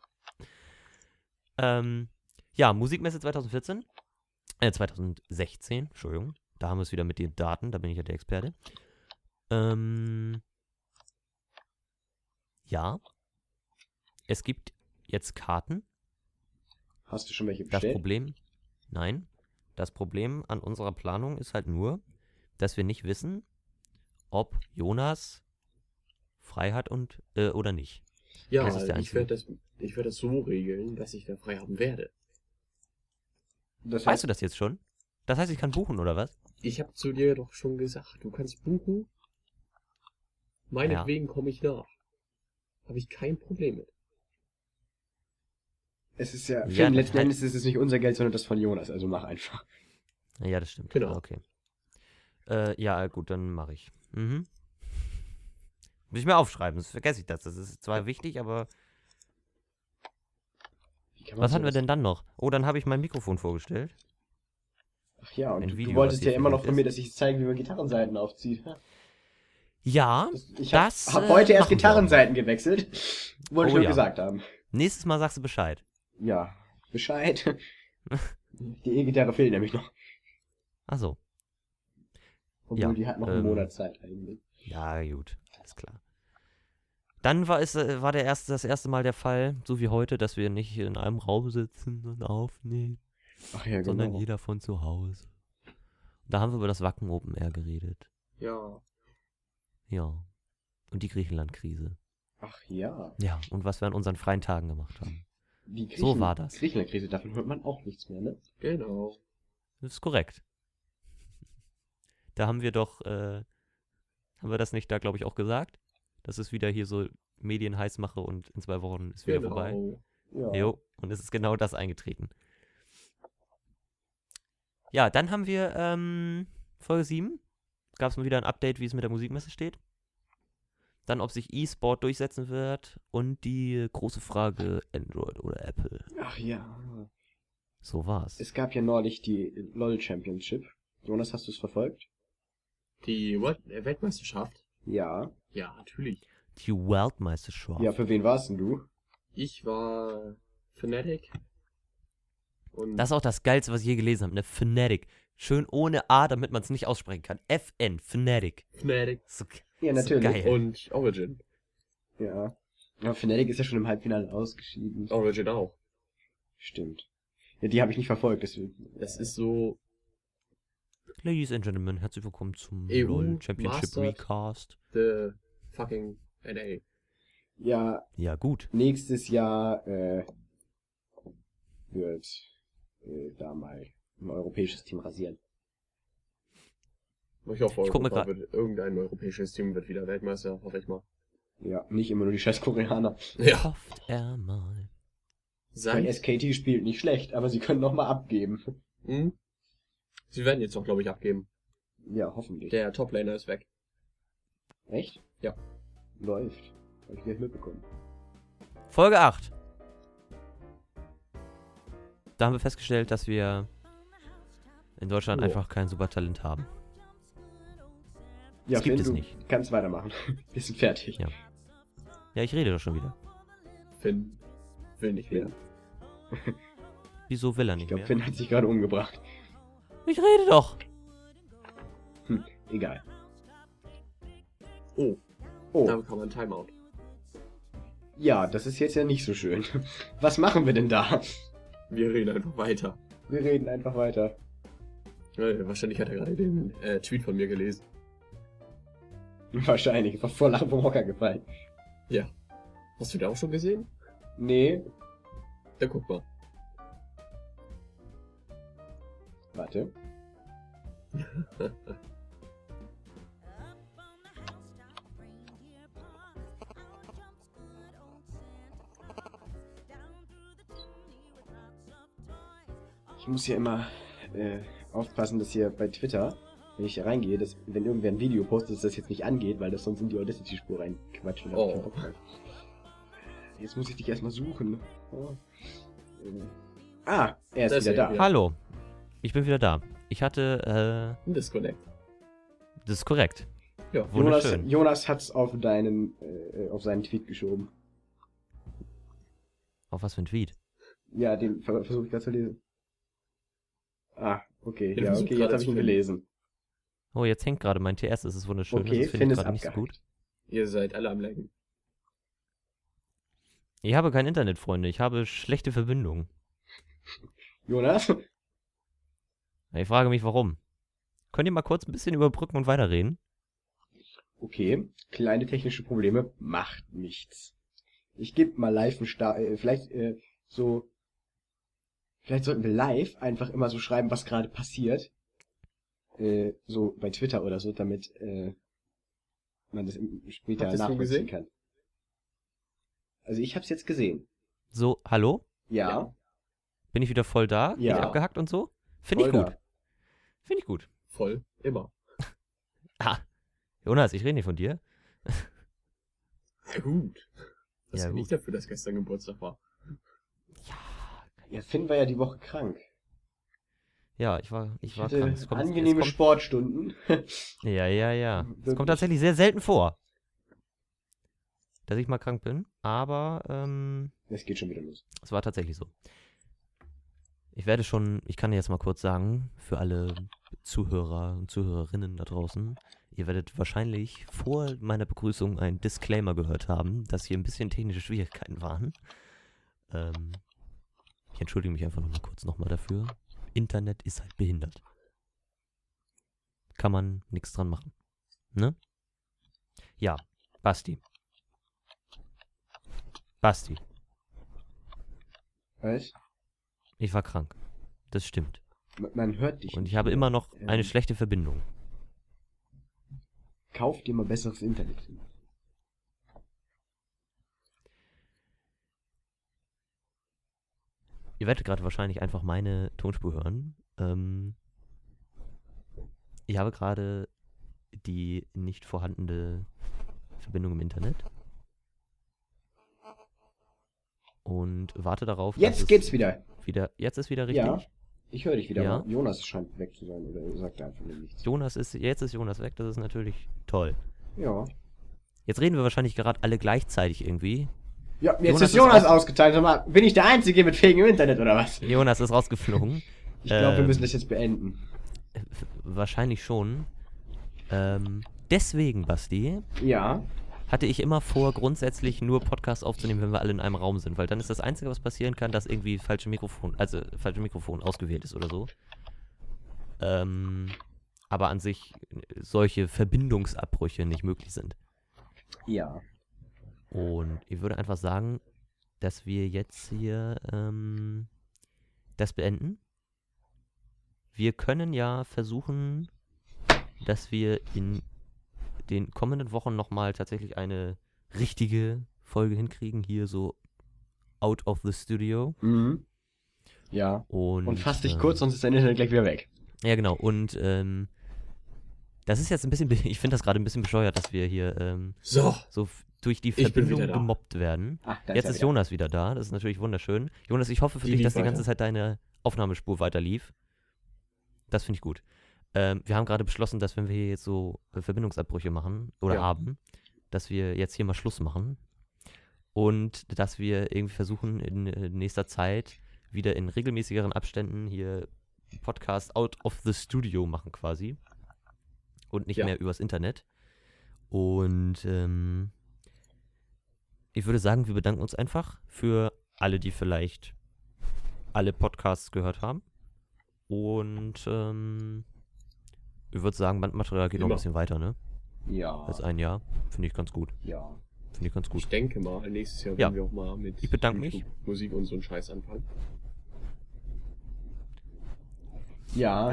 Speaker 1: Ähm, ja, Musikmesse 2014. Äh, 2016, Entschuldigung. Da haben wir es wieder mit den Daten, da bin ich ja der Experte. Ähm, ja. Es gibt jetzt Karten.
Speaker 3: Hast du schon welche
Speaker 1: Das
Speaker 3: bestellt?
Speaker 1: Problem, nein, das Problem an unserer Planung ist halt nur, dass wir nicht wissen, ob Jonas frei hat und äh, oder nicht.
Speaker 2: Ja,
Speaker 1: Das ist der
Speaker 2: ich
Speaker 1: einzige.
Speaker 2: werde das, ich werd das so regeln, dass ich da frei haben werde.
Speaker 3: Das
Speaker 1: Weißt
Speaker 3: heißt,
Speaker 1: du das jetzt schon? Das heißt, ich kann buchen oder was?
Speaker 2: Ich habe zu dir doch schon gesagt, du kannst buchen. Meinetwegen komme ich nach. Habe ich kein Problem mit.
Speaker 3: es ist ja,
Speaker 1: Ja,
Speaker 3: ja letzten
Speaker 1: halt-
Speaker 3: Endes ist es nicht unser Geld, sondern das von Jonas, also mach einfach.
Speaker 1: Ja, das stimmt. Ah,
Speaker 2: Genau.
Speaker 1: Okay. Äh, ja, gut, dann mache ich. Mhm. Muss ich mir aufschreiben, sonst vergesse ich das. Das ist zwar wichtig, aber
Speaker 3: Wie Kann man
Speaker 1: Was
Speaker 3: so
Speaker 1: hatten wir
Speaker 3: das-
Speaker 1: denn dann noch? Oh, dann habe ich mein Mikrofon vorgestellt.
Speaker 3: Ach ja, und
Speaker 1: ein
Speaker 3: du,
Speaker 1: Video,
Speaker 3: du wolltest
Speaker 1: was hier
Speaker 3: ja immer noch von mir,
Speaker 1: verlinkt
Speaker 3: dass ich zeige, wie man Gitarrenseiten aufzieht.
Speaker 1: Ja,
Speaker 3: Das, ich
Speaker 1: Das,
Speaker 3: habe
Speaker 1: äh,
Speaker 3: hab heute erst
Speaker 1: machen wir.
Speaker 3: Gitarrenseiten gewechselt. Wollte
Speaker 1: Oh
Speaker 3: ich nur
Speaker 1: ja.
Speaker 3: gesagt haben.
Speaker 1: nächstes Mal sagst du Bescheid.
Speaker 3: Ja,
Speaker 1: (laughs)
Speaker 3: Bescheid. die E-Gitarre fehlt nämlich noch.
Speaker 1: Achso.
Speaker 3: Obwohl,
Speaker 1: Ja,
Speaker 3: die hat noch
Speaker 1: ähm,
Speaker 3: einen Monat Zeit eigentlich.
Speaker 1: Ja, gut. Alles klar. Dann war es äh, war der erste, das erste Mal der Fall, so wie heute, dass wir nicht in einem Raum sitzen und aufnehmen,
Speaker 3: Ach ja, genau.
Speaker 1: sondern jeder von zu Hause. Und da haben wir über das Wacken Open Air geredet.
Speaker 2: Ja.
Speaker 1: Ja. Und die Griechenland-Krise.
Speaker 3: Ach ja.
Speaker 1: Ja. Und was wir an unseren freien Tagen gemacht haben.
Speaker 3: Die Griechen
Speaker 1: So war das.
Speaker 3: Griechenland-Krise, davon hört man auch nichts mehr, ne?
Speaker 2: Genau.
Speaker 1: Das ist korrekt. Da haben wir doch, äh, haben wir das nicht da, glaube ich, auch gesagt? Das ist wieder hier so Medienheißmache und in zwei Wochen ist wieder
Speaker 2: genau.
Speaker 1: vorbei.
Speaker 3: Ja.
Speaker 1: Jo, und es ist genau das eingetreten. Ja, dann haben wir ähm, Folge 7. Gab es mal wieder ein Update, wie es mit der Musikmesse steht. Dann, ob sich E-Sport durchsetzen wird. Und die große Frage, Android oder Apple.
Speaker 3: Ach ja.
Speaker 1: So war's.
Speaker 3: Es gab ja neulich die LOL Championship. Jonas, hast du es verfolgt?
Speaker 2: Die World äh, Weltmeisterschaft.
Speaker 3: Ja.
Speaker 2: Ja, natürlich.
Speaker 1: Die Weltmeisterschaft.
Speaker 3: Ja, für wen warst denn du?
Speaker 2: Ich war Fnatic. Und
Speaker 1: Das ist auch das Geilste, was ich je gelesen habe. Ne? Fnatic. Schön ohne A, damit man es nicht aussprechen kann. FN, Fnatic.
Speaker 2: Fnatic
Speaker 1: So, ge-
Speaker 3: Ja,
Speaker 1: so
Speaker 3: natürlich.
Speaker 1: geil.
Speaker 2: und Origin.
Speaker 3: Ja. Ja, Fnatic ist ja schon im Halbfinale ausgeschieden.
Speaker 1: Oh,
Speaker 2: Origin auch.
Speaker 3: Stimmt. Ja, die habe ich nicht verfolgt, deswegen.
Speaker 2: Das ist so
Speaker 1: Ladies and Gentlemen, herzlich willkommen zum
Speaker 3: E
Speaker 2: EU
Speaker 1: LOL Championship
Speaker 2: Mastered.
Speaker 1: Recast.
Speaker 2: the fucking NA.
Speaker 3: Ja,
Speaker 1: Ja, gut.
Speaker 3: nächstes Jahr äh, wird äh, da mal ein europäisches Team rasieren.
Speaker 2: Ich hoffe,
Speaker 1: Ich guck mal
Speaker 2: Europa
Speaker 1: grad-
Speaker 2: wird, irgendein europäisches Team wird wieder Weltmeister, hoffe ich mal.
Speaker 3: Ja, nicht immer nur die scheiß Koreaner.
Speaker 2: Ja.
Speaker 1: Hofft er mal.
Speaker 3: Weil
Speaker 2: Sein.
Speaker 3: SKT spielt nicht schlecht, aber sie können noch mal abgeben.
Speaker 2: Hm? Sie werden jetzt auch, glaube ich, abgeben.
Speaker 3: Ja, hoffentlich.
Speaker 2: Der Toplaner ist weg.
Speaker 3: Echt?
Speaker 2: Ja.
Speaker 3: Läuft. Hab ich gleich mitbekommen.
Speaker 1: Folge 8. Da haben wir festgestellt, dass wir in Deutschland
Speaker 3: Oh.
Speaker 2: Ja.
Speaker 1: einfach kein Supertalent haben.
Speaker 3: Ja,
Speaker 1: Das gibt
Speaker 3: Finn,
Speaker 1: es
Speaker 3: du
Speaker 1: nicht.
Speaker 3: Kannst weitermachen. (laughs) Wir sind fertig.
Speaker 1: Ja. Ja, ich rede doch schon wieder.
Speaker 2: Finn will nicht mehr.
Speaker 1: Wieso will er
Speaker 3: Ich
Speaker 1: nicht
Speaker 3: glaube,
Speaker 1: mehr?
Speaker 3: Finn hat sich gerade umgebracht.
Speaker 1: Ich rede doch.
Speaker 3: Hm, egal.
Speaker 2: Oh,
Speaker 3: Oh,
Speaker 2: da kam ein Timeout.
Speaker 3: ja, das ist jetzt ja nicht so schön. Was machen wir denn da?
Speaker 2: Wir reden einfach weiter.
Speaker 3: Wir reden einfach weiter.
Speaker 2: Äh, wahrscheinlich hat er gerade den äh, Tweet von mir gelesen.
Speaker 3: Wahrscheinlich. Ich war voll Lachen vom Hocker gefallen.
Speaker 2: Hast du den auch schon gesehen?
Speaker 3: Nee,
Speaker 2: Da guck mal.
Speaker 3: warte. Ich muss hier immer äh, aufpassen, dass hier bei Twitter, wenn ich hier reingehe, dass wenn irgendwer ein Video postet, dass das jetzt nicht angeht, weil das sonst in die Audacity-Spur reinquatscht. und da hab ich keinen
Speaker 2: Oh.
Speaker 3: Bock drauf. Jetzt muss ich dich erstmal suchen. Oh. Äh, Ah, er ist
Speaker 2: Das
Speaker 3: wieder
Speaker 2: ist
Speaker 3: da.
Speaker 2: er, Ja.
Speaker 1: Hallo. Ich bin wieder da. Ich hatte,
Speaker 2: Ein Disconnect.
Speaker 1: äh, das ist korrekt.
Speaker 2: Ja.
Speaker 3: Jonas,
Speaker 1: Wunderschön.
Speaker 3: Jonas hat's auf deinen, äh, auf seinen Tweet geschoben.
Speaker 1: Auf was für ein Tweet?
Speaker 3: Ja, den ver versuche ich gerade zu lesen. Ah, okay.
Speaker 2: Den
Speaker 3: Ja,
Speaker 2: versuch
Speaker 3: okay,
Speaker 2: gerade
Speaker 3: jetzt habe
Speaker 2: zu
Speaker 3: ich ihn
Speaker 2: finden.
Speaker 3: gelesen.
Speaker 1: Oh, jetzt hängt gerade mein TS. Es ist wunderschön. Also,
Speaker 3: Okay,
Speaker 1: das
Speaker 3: Finn
Speaker 1: finde ich
Speaker 3: ist
Speaker 1: gerade nicht so
Speaker 3: abgehakt.
Speaker 1: gut.
Speaker 2: Ihr seid alle am Lecken.
Speaker 1: Ich habe kein Internet, Freunde. Ich habe schlechte Verbindung.
Speaker 3: Jonas?
Speaker 1: Ich frage mich, warum. Könnt ihr mal kurz ein bisschen überbrücken und weiterreden?
Speaker 3: Okay, kleine technische Probleme, macht nichts. Ich gebe mal live einen Start, äh, vielleicht äh, so, vielleicht sollten wir live einfach immer so schreiben, was gerade passiert. Äh, so bei Twitter oder so, damit äh, man das im- später
Speaker 2: Hattest du
Speaker 3: nachvollziehen
Speaker 2: gesehen?
Speaker 3: kann. Also ich habe es jetzt gesehen.
Speaker 1: So, hallo?
Speaker 3: Ja,
Speaker 1: Bin ich wieder voll da?
Speaker 3: Ja.
Speaker 1: Nicht abgehackt und so? Finde ich
Speaker 3: voll
Speaker 1: gut.
Speaker 3: da.
Speaker 1: Finde ich gut. Ah,
Speaker 2: Voll. Immer.
Speaker 1: Jonas, ich rede nicht von dir.
Speaker 2: Ja, gut. Das
Speaker 1: Ja,
Speaker 2: ja,
Speaker 1: gut.
Speaker 2: nicht dafür, dass gestern Geburtstag war.
Speaker 1: Ja,
Speaker 3: Ja, Finn war ja die Woche krank.
Speaker 1: Ja, ich war, ich war
Speaker 3: hatte
Speaker 1: krank. Es kommt, es
Speaker 3: angenehme
Speaker 1: kommt,
Speaker 3: Sportstunden. (laughs)
Speaker 1: Ja, ja, ja. Es
Speaker 3: Wirklich.
Speaker 1: kommt tatsächlich sehr selten vor, dass ich mal krank bin, aber ähm,
Speaker 3: Es geht schon wieder los.
Speaker 1: es war tatsächlich so. Ich werde schon, ich kann jetzt mal kurz sagen, für alle Zuhörer und Zuhörerinnen da draußen, ihr werdet wahrscheinlich vor meiner Begrüßung einen Disclaimer gehört haben, dass hier ein bisschen technische Schwierigkeiten waren. Ähm, ich entschuldige mich einfach nochmal kurz nochmal dafür. Internet ist halt behindert. Kann man nichts dran machen. Ne? Ja, Basti. Basti.
Speaker 3: Weißt?
Speaker 1: Ich war krank. Das stimmt.
Speaker 3: Man- Man hört dich.
Speaker 1: Und
Speaker 3: nicht
Speaker 1: ich habe
Speaker 3: mehr.
Speaker 1: immer noch
Speaker 3: Ähm,
Speaker 1: eine schlechte Verbindung.
Speaker 3: Kauf dir mal besseres Internet.
Speaker 1: Ihr werdet gerade wahrscheinlich einfach meine Tonspur hören. Ähm, ich habe gerade die nicht vorhandene Verbindung im Internet. Und warte darauf,
Speaker 3: Jetzt
Speaker 1: es
Speaker 3: geht's wieder.
Speaker 1: wieder. Jetzt ist wieder richtig.
Speaker 3: Ja. Ich höre dich wieder.
Speaker 1: Ja.
Speaker 3: aber Jonas scheint weg zu sein oder sagt einfach nur nichts.
Speaker 1: Jonas ist. Jetzt ist Jonas weg, das ist natürlich toll.
Speaker 3: Ja.
Speaker 1: Jetzt reden wir wahrscheinlich gerade alle gleichzeitig
Speaker 3: (laughs)
Speaker 1: irgendwie.
Speaker 3: Ja, jetzt
Speaker 1: Jonas
Speaker 3: ist
Speaker 1: ist
Speaker 3: Jonas
Speaker 1: aus-
Speaker 3: ausgeteilt. Sag mal, bin ich der Einzige mit fähigem Internet oder was?
Speaker 1: Jonas ist rausgeflogen.
Speaker 3: Ich glaube, wir
Speaker 1: Ähm.
Speaker 3: müssen das jetzt beenden.
Speaker 1: Wahrscheinlich schon. Ähm, deswegen, Basti,
Speaker 3: Ja.
Speaker 1: hatte ich immer vor, grundsätzlich nur Podcasts aufzunehmen, wenn wir alle in einem Raum sind, weil dann ist das Einzige, was passieren kann, dass irgendwie falsche Mikrofon, also falsche Mikrofon ausgewählt ist oder so. Ähm, aber an sich solche Verbindungsabbrüche nicht möglich sind.
Speaker 3: Ja.
Speaker 1: Und ich würde einfach sagen, dass wir jetzt hier ähm, das beenden. Wir können ja versuchen, dass wir in den kommenden Wochen nochmal tatsächlich eine richtige Folge hinkriegen, hier so out of the studio.
Speaker 3: Mhm. Ja.
Speaker 1: Und,
Speaker 3: Und fass dich
Speaker 1: ähm,
Speaker 3: kurz, sonst ist dein Internet gleich wieder weg.
Speaker 1: ja, genau. Und ähm, das ist jetzt ein bisschen, be- (laughs) ich finde das gerade ein bisschen bescheuert, dass wir hier ähm,
Speaker 2: So,
Speaker 1: so f- durch die
Speaker 2: bin wieder
Speaker 1: Verbindung
Speaker 2: da.
Speaker 1: gemobbt werden.
Speaker 3: Ach, da
Speaker 1: Jetzt
Speaker 3: er
Speaker 1: ist Jonas wieder da, das ist natürlich wunderschön. Jonas, ich hoffe für
Speaker 2: Die
Speaker 1: dich,
Speaker 2: lief
Speaker 1: dass die
Speaker 2: weiter.
Speaker 1: ganze Zeit deine Aufnahmespur weiter lief. Das finde ich gut. Ähm, wir haben gerade beschlossen, dass wenn wir hier jetzt so äh, Verbindungsabbrüche machen oder
Speaker 3: Ja.
Speaker 1: haben, dass wir jetzt hier mal Schluss machen und dass wir irgendwie versuchen, in äh, nächster Zeit wieder in regelmäßigeren Abständen hier Podcast out of the studio machen quasi und nicht
Speaker 2: Ja.
Speaker 1: mehr übers Internet. Und ähm, ich würde sagen, wir bedanken uns einfach für alle, die vielleicht alle Podcasts gehört haben. Und ähm, ich würde sagen, Bandmaterial geht noch ein
Speaker 2: Immer.
Speaker 1: bisschen weiter, ne?
Speaker 3: Ja.
Speaker 1: Als ein Jahr. Finde ich ganz gut.
Speaker 3: Ja.
Speaker 1: Finde ich ganz gut.
Speaker 2: ich denke mal, nächstes Jahr
Speaker 1: Ja.
Speaker 2: werden wir auch mal mit
Speaker 1: Ich bedanke mich.
Speaker 2: YouTube Musik und so einen Scheiß anfangen.
Speaker 3: Ja,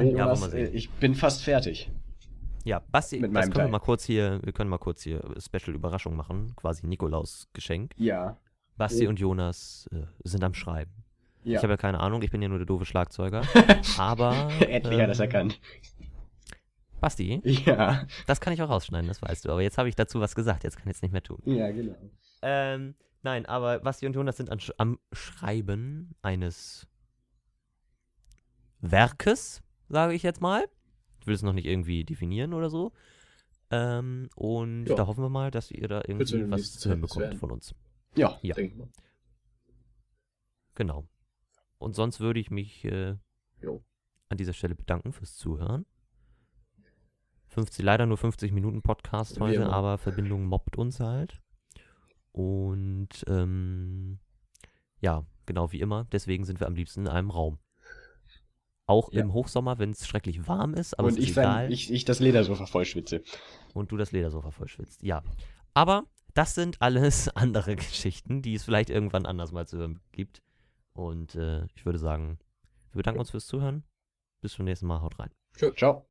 Speaker 1: Ja, wollen wir
Speaker 3: Jonas,
Speaker 1: Oh, sehen.
Speaker 3: äh, ich bin fast fertig.
Speaker 1: Ja, Basti,
Speaker 3: Mit
Speaker 1: das
Speaker 3: meinem
Speaker 1: können wir
Speaker 3: Teil.
Speaker 1: mal kurz hier, wir können mal kurz hier Special Überraschung machen, quasi Nikolaus-Geschenk.
Speaker 3: Ja.
Speaker 1: Basti
Speaker 3: Oh.
Speaker 1: und Jonas äh, sind am Schreiben.
Speaker 3: Ja.
Speaker 1: Ich habe ja keine Ahnung, ich bin ja nur der doofe Schlagzeuger. aber.
Speaker 3: (laughs) Endlich hat er's
Speaker 1: ähm,
Speaker 3: erkannt.
Speaker 1: Basti,
Speaker 3: Ja.
Speaker 1: das kann ich auch rausschneiden, das weißt du. Aber jetzt habe ich dazu was gesagt, jetzt kann ich es nicht mehr tun.
Speaker 3: Ja, genau.
Speaker 1: Ähm, nein, aber Basti und Jonas sind an, Sch- am Schreiben eines Werkes, sage ich jetzt mal. Ich will es noch nicht irgendwie definieren oder so. Ähm, und
Speaker 2: Ja.
Speaker 1: da hoffen wir mal, dass ihr da
Speaker 2: in
Speaker 1: irgendwie
Speaker 2: der
Speaker 1: was
Speaker 2: nächsten
Speaker 1: zu hören
Speaker 2: Zeit was
Speaker 1: bekommt
Speaker 2: werden.
Speaker 1: von uns.
Speaker 3: Ja.
Speaker 1: Ja.
Speaker 2: Denke ich mal.
Speaker 1: Genau. Und sonst würde ich mich äh,
Speaker 2: Jo.
Speaker 1: an dieser Stelle bedanken fürs Zuhören. 50, leider nur 50 Minuten Podcast
Speaker 2: Wie
Speaker 1: heute,
Speaker 2: immer.
Speaker 1: aber Verbindung mobbt uns halt. Und ähm, ja, genau wie immer, deswegen sind wir am liebsten in einem Raum. Auch
Speaker 3: Ja.
Speaker 1: im Hochsommer, wenn es schrecklich warm ist, aber
Speaker 3: Und
Speaker 1: es ist
Speaker 3: ich,
Speaker 1: egal
Speaker 3: sein, ich, ich das Ledersofa vollschwitze.
Speaker 1: und du das Ledersofa voll schwitzt. Ja. Aber das sind alles (laughs) andere Geschichten, die es vielleicht irgendwann anders mal zu hören gibt. Und äh, ich würde sagen, wir bedanken uns fürs Zuhören. Bis zum nächsten Mal. Haut rein.
Speaker 3: Ciao.